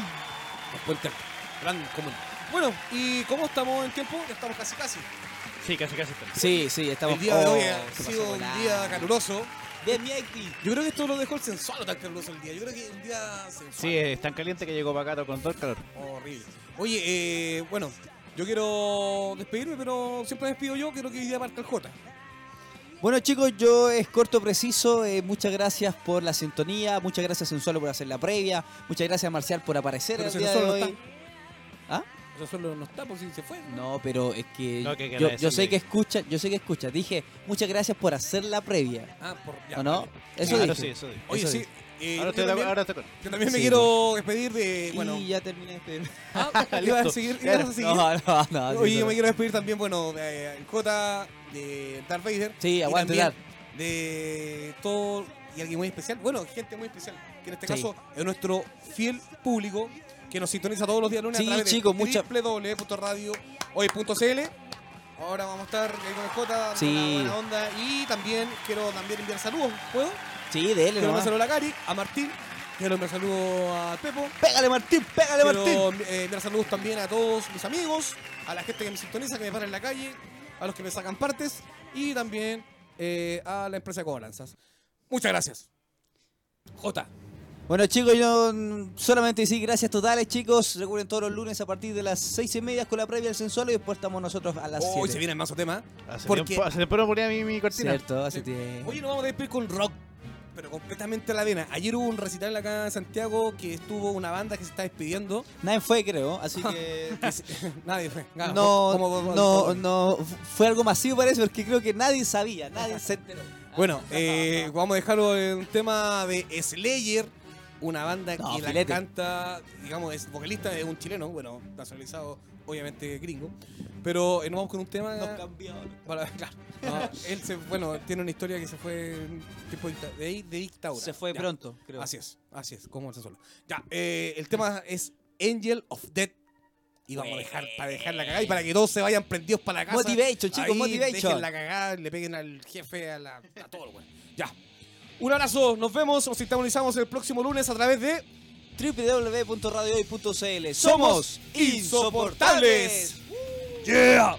Puerto Alto. Gran común. Bueno, ¿y cómo estamos en tiempo? Ya Estamos casi casi. Sí, casi, casi. está. Sí, sí, estamos... el día de Oh, hoy ha se sido pasó un volando. día caluroso. Bien, Mighty. Yo creo que esto lo dejó el sensual tan caluroso el día. Yo creo que un día sensual. Sí, es tan caliente que llegó Pacato con todo el calor. Horrible. Oye, eh, bueno, yo quiero despedirme, pero siempre me despido yo. Quiero que hoy día parte el J. Bueno chicos, yo es corto preciso, eh, muchas gracias por la sintonía, muchas gracias Sensualo por hacer la previa, muchas gracias Marcial por aparecer Pero el si día Sensualo de no hoy. ¿Ah? Eso solo no está, por si se fue. No, pero es que, No, que hay que yo, yo sé agradecerle. que escucha, yo sé que escucha, dije muchas gracias por hacer la previa, Ah, por ya, ¿o no? vale. Eso Ahora dije. sí, eso sí. Oye, Eso sí. dijo. eh, Ahora yo estoy de también, acu- ahora estoy con. yo también me Sí. quiero despedir de. Bueno, Y ya terminé de Ah, iba a seguir, ibas a seguir. No, no, no. Ah, sí, Oye, yo no. me quiero despedir también, bueno, de el J, de Darth Vader. Sí, y aguante, también Darth. De todo y alguien muy especial. Bueno, gente muy especial, que en este Sí. caso es nuestro fiel público que nos sintoniza todos los días lunes Sí, a través chicos, de mucha- www.radiohoy.cl. Ahora vamos a estar ahí con el J, dando Sí. una buena onda. Y también quiero también enviar saludos, ¿puedo? Sí, dele Quiero nomás. mandar saludos a la Cari, a Martín, quiero enviar saludos a Pepo, Pégale Martín, pégale Martín. Quiero eh, enviar saludos también a todos mis amigos, a la gente que me sintoniza, que me para en la calle, a los que me sacan partes y también eh, a la empresa de cobranzas. Muchas gracias. J. Bueno chicos, yo mm, solamente decir gracias totales chicos. Recuerden todos los lunes a partir de las seis y media con la previa del sensual y después estamos nosotros a las Hoy siete. se viene el mazo tema. Hace Porque- tiempo, hace tiempo no ponía mi, mi cortina. Cierto, hace Sí. tiempo. Hoy nos vamos a despedir con rock, pero completamente a la vena. Ayer hubo un recital acá en Santiago que estuvo una banda que se está despidiendo. Nadie fue, creo, así que. Nadie fue. Ah, como- No, como- no, no. Fue algo masivo parece, porque creo que nadie sabía, nadie se enteró. Ah, Bueno, eh, vamos a dejarlo en un tema de Slayer, una banda No, que la filete. canta, digamos, es vocalista, es un chileno, bueno, nacionalizado, obviamente gringo. Pero eh, nos vamos con un tema. para, claro, no, él se, bueno, tiene una historia que se fue en tiempo de dicta- de, de dictadura. Se fue Ya. pronto, creo. Así es, así es, como se solo. Ya, eh, el tema es Angel of Death. Y vamos a dejar, para dejar la cagada y para que todos se vayan prendidos para la casa. Motivation, chicos, Ahí motivation. Dejen la cagada, le peguen al jefe, a, la, a todo, güey. Ya. Un abrazo, nos vemos, nos sintonizamos el próximo lunes a través de... www.radiohoy.cl Somos insoportables. ¡Yeah!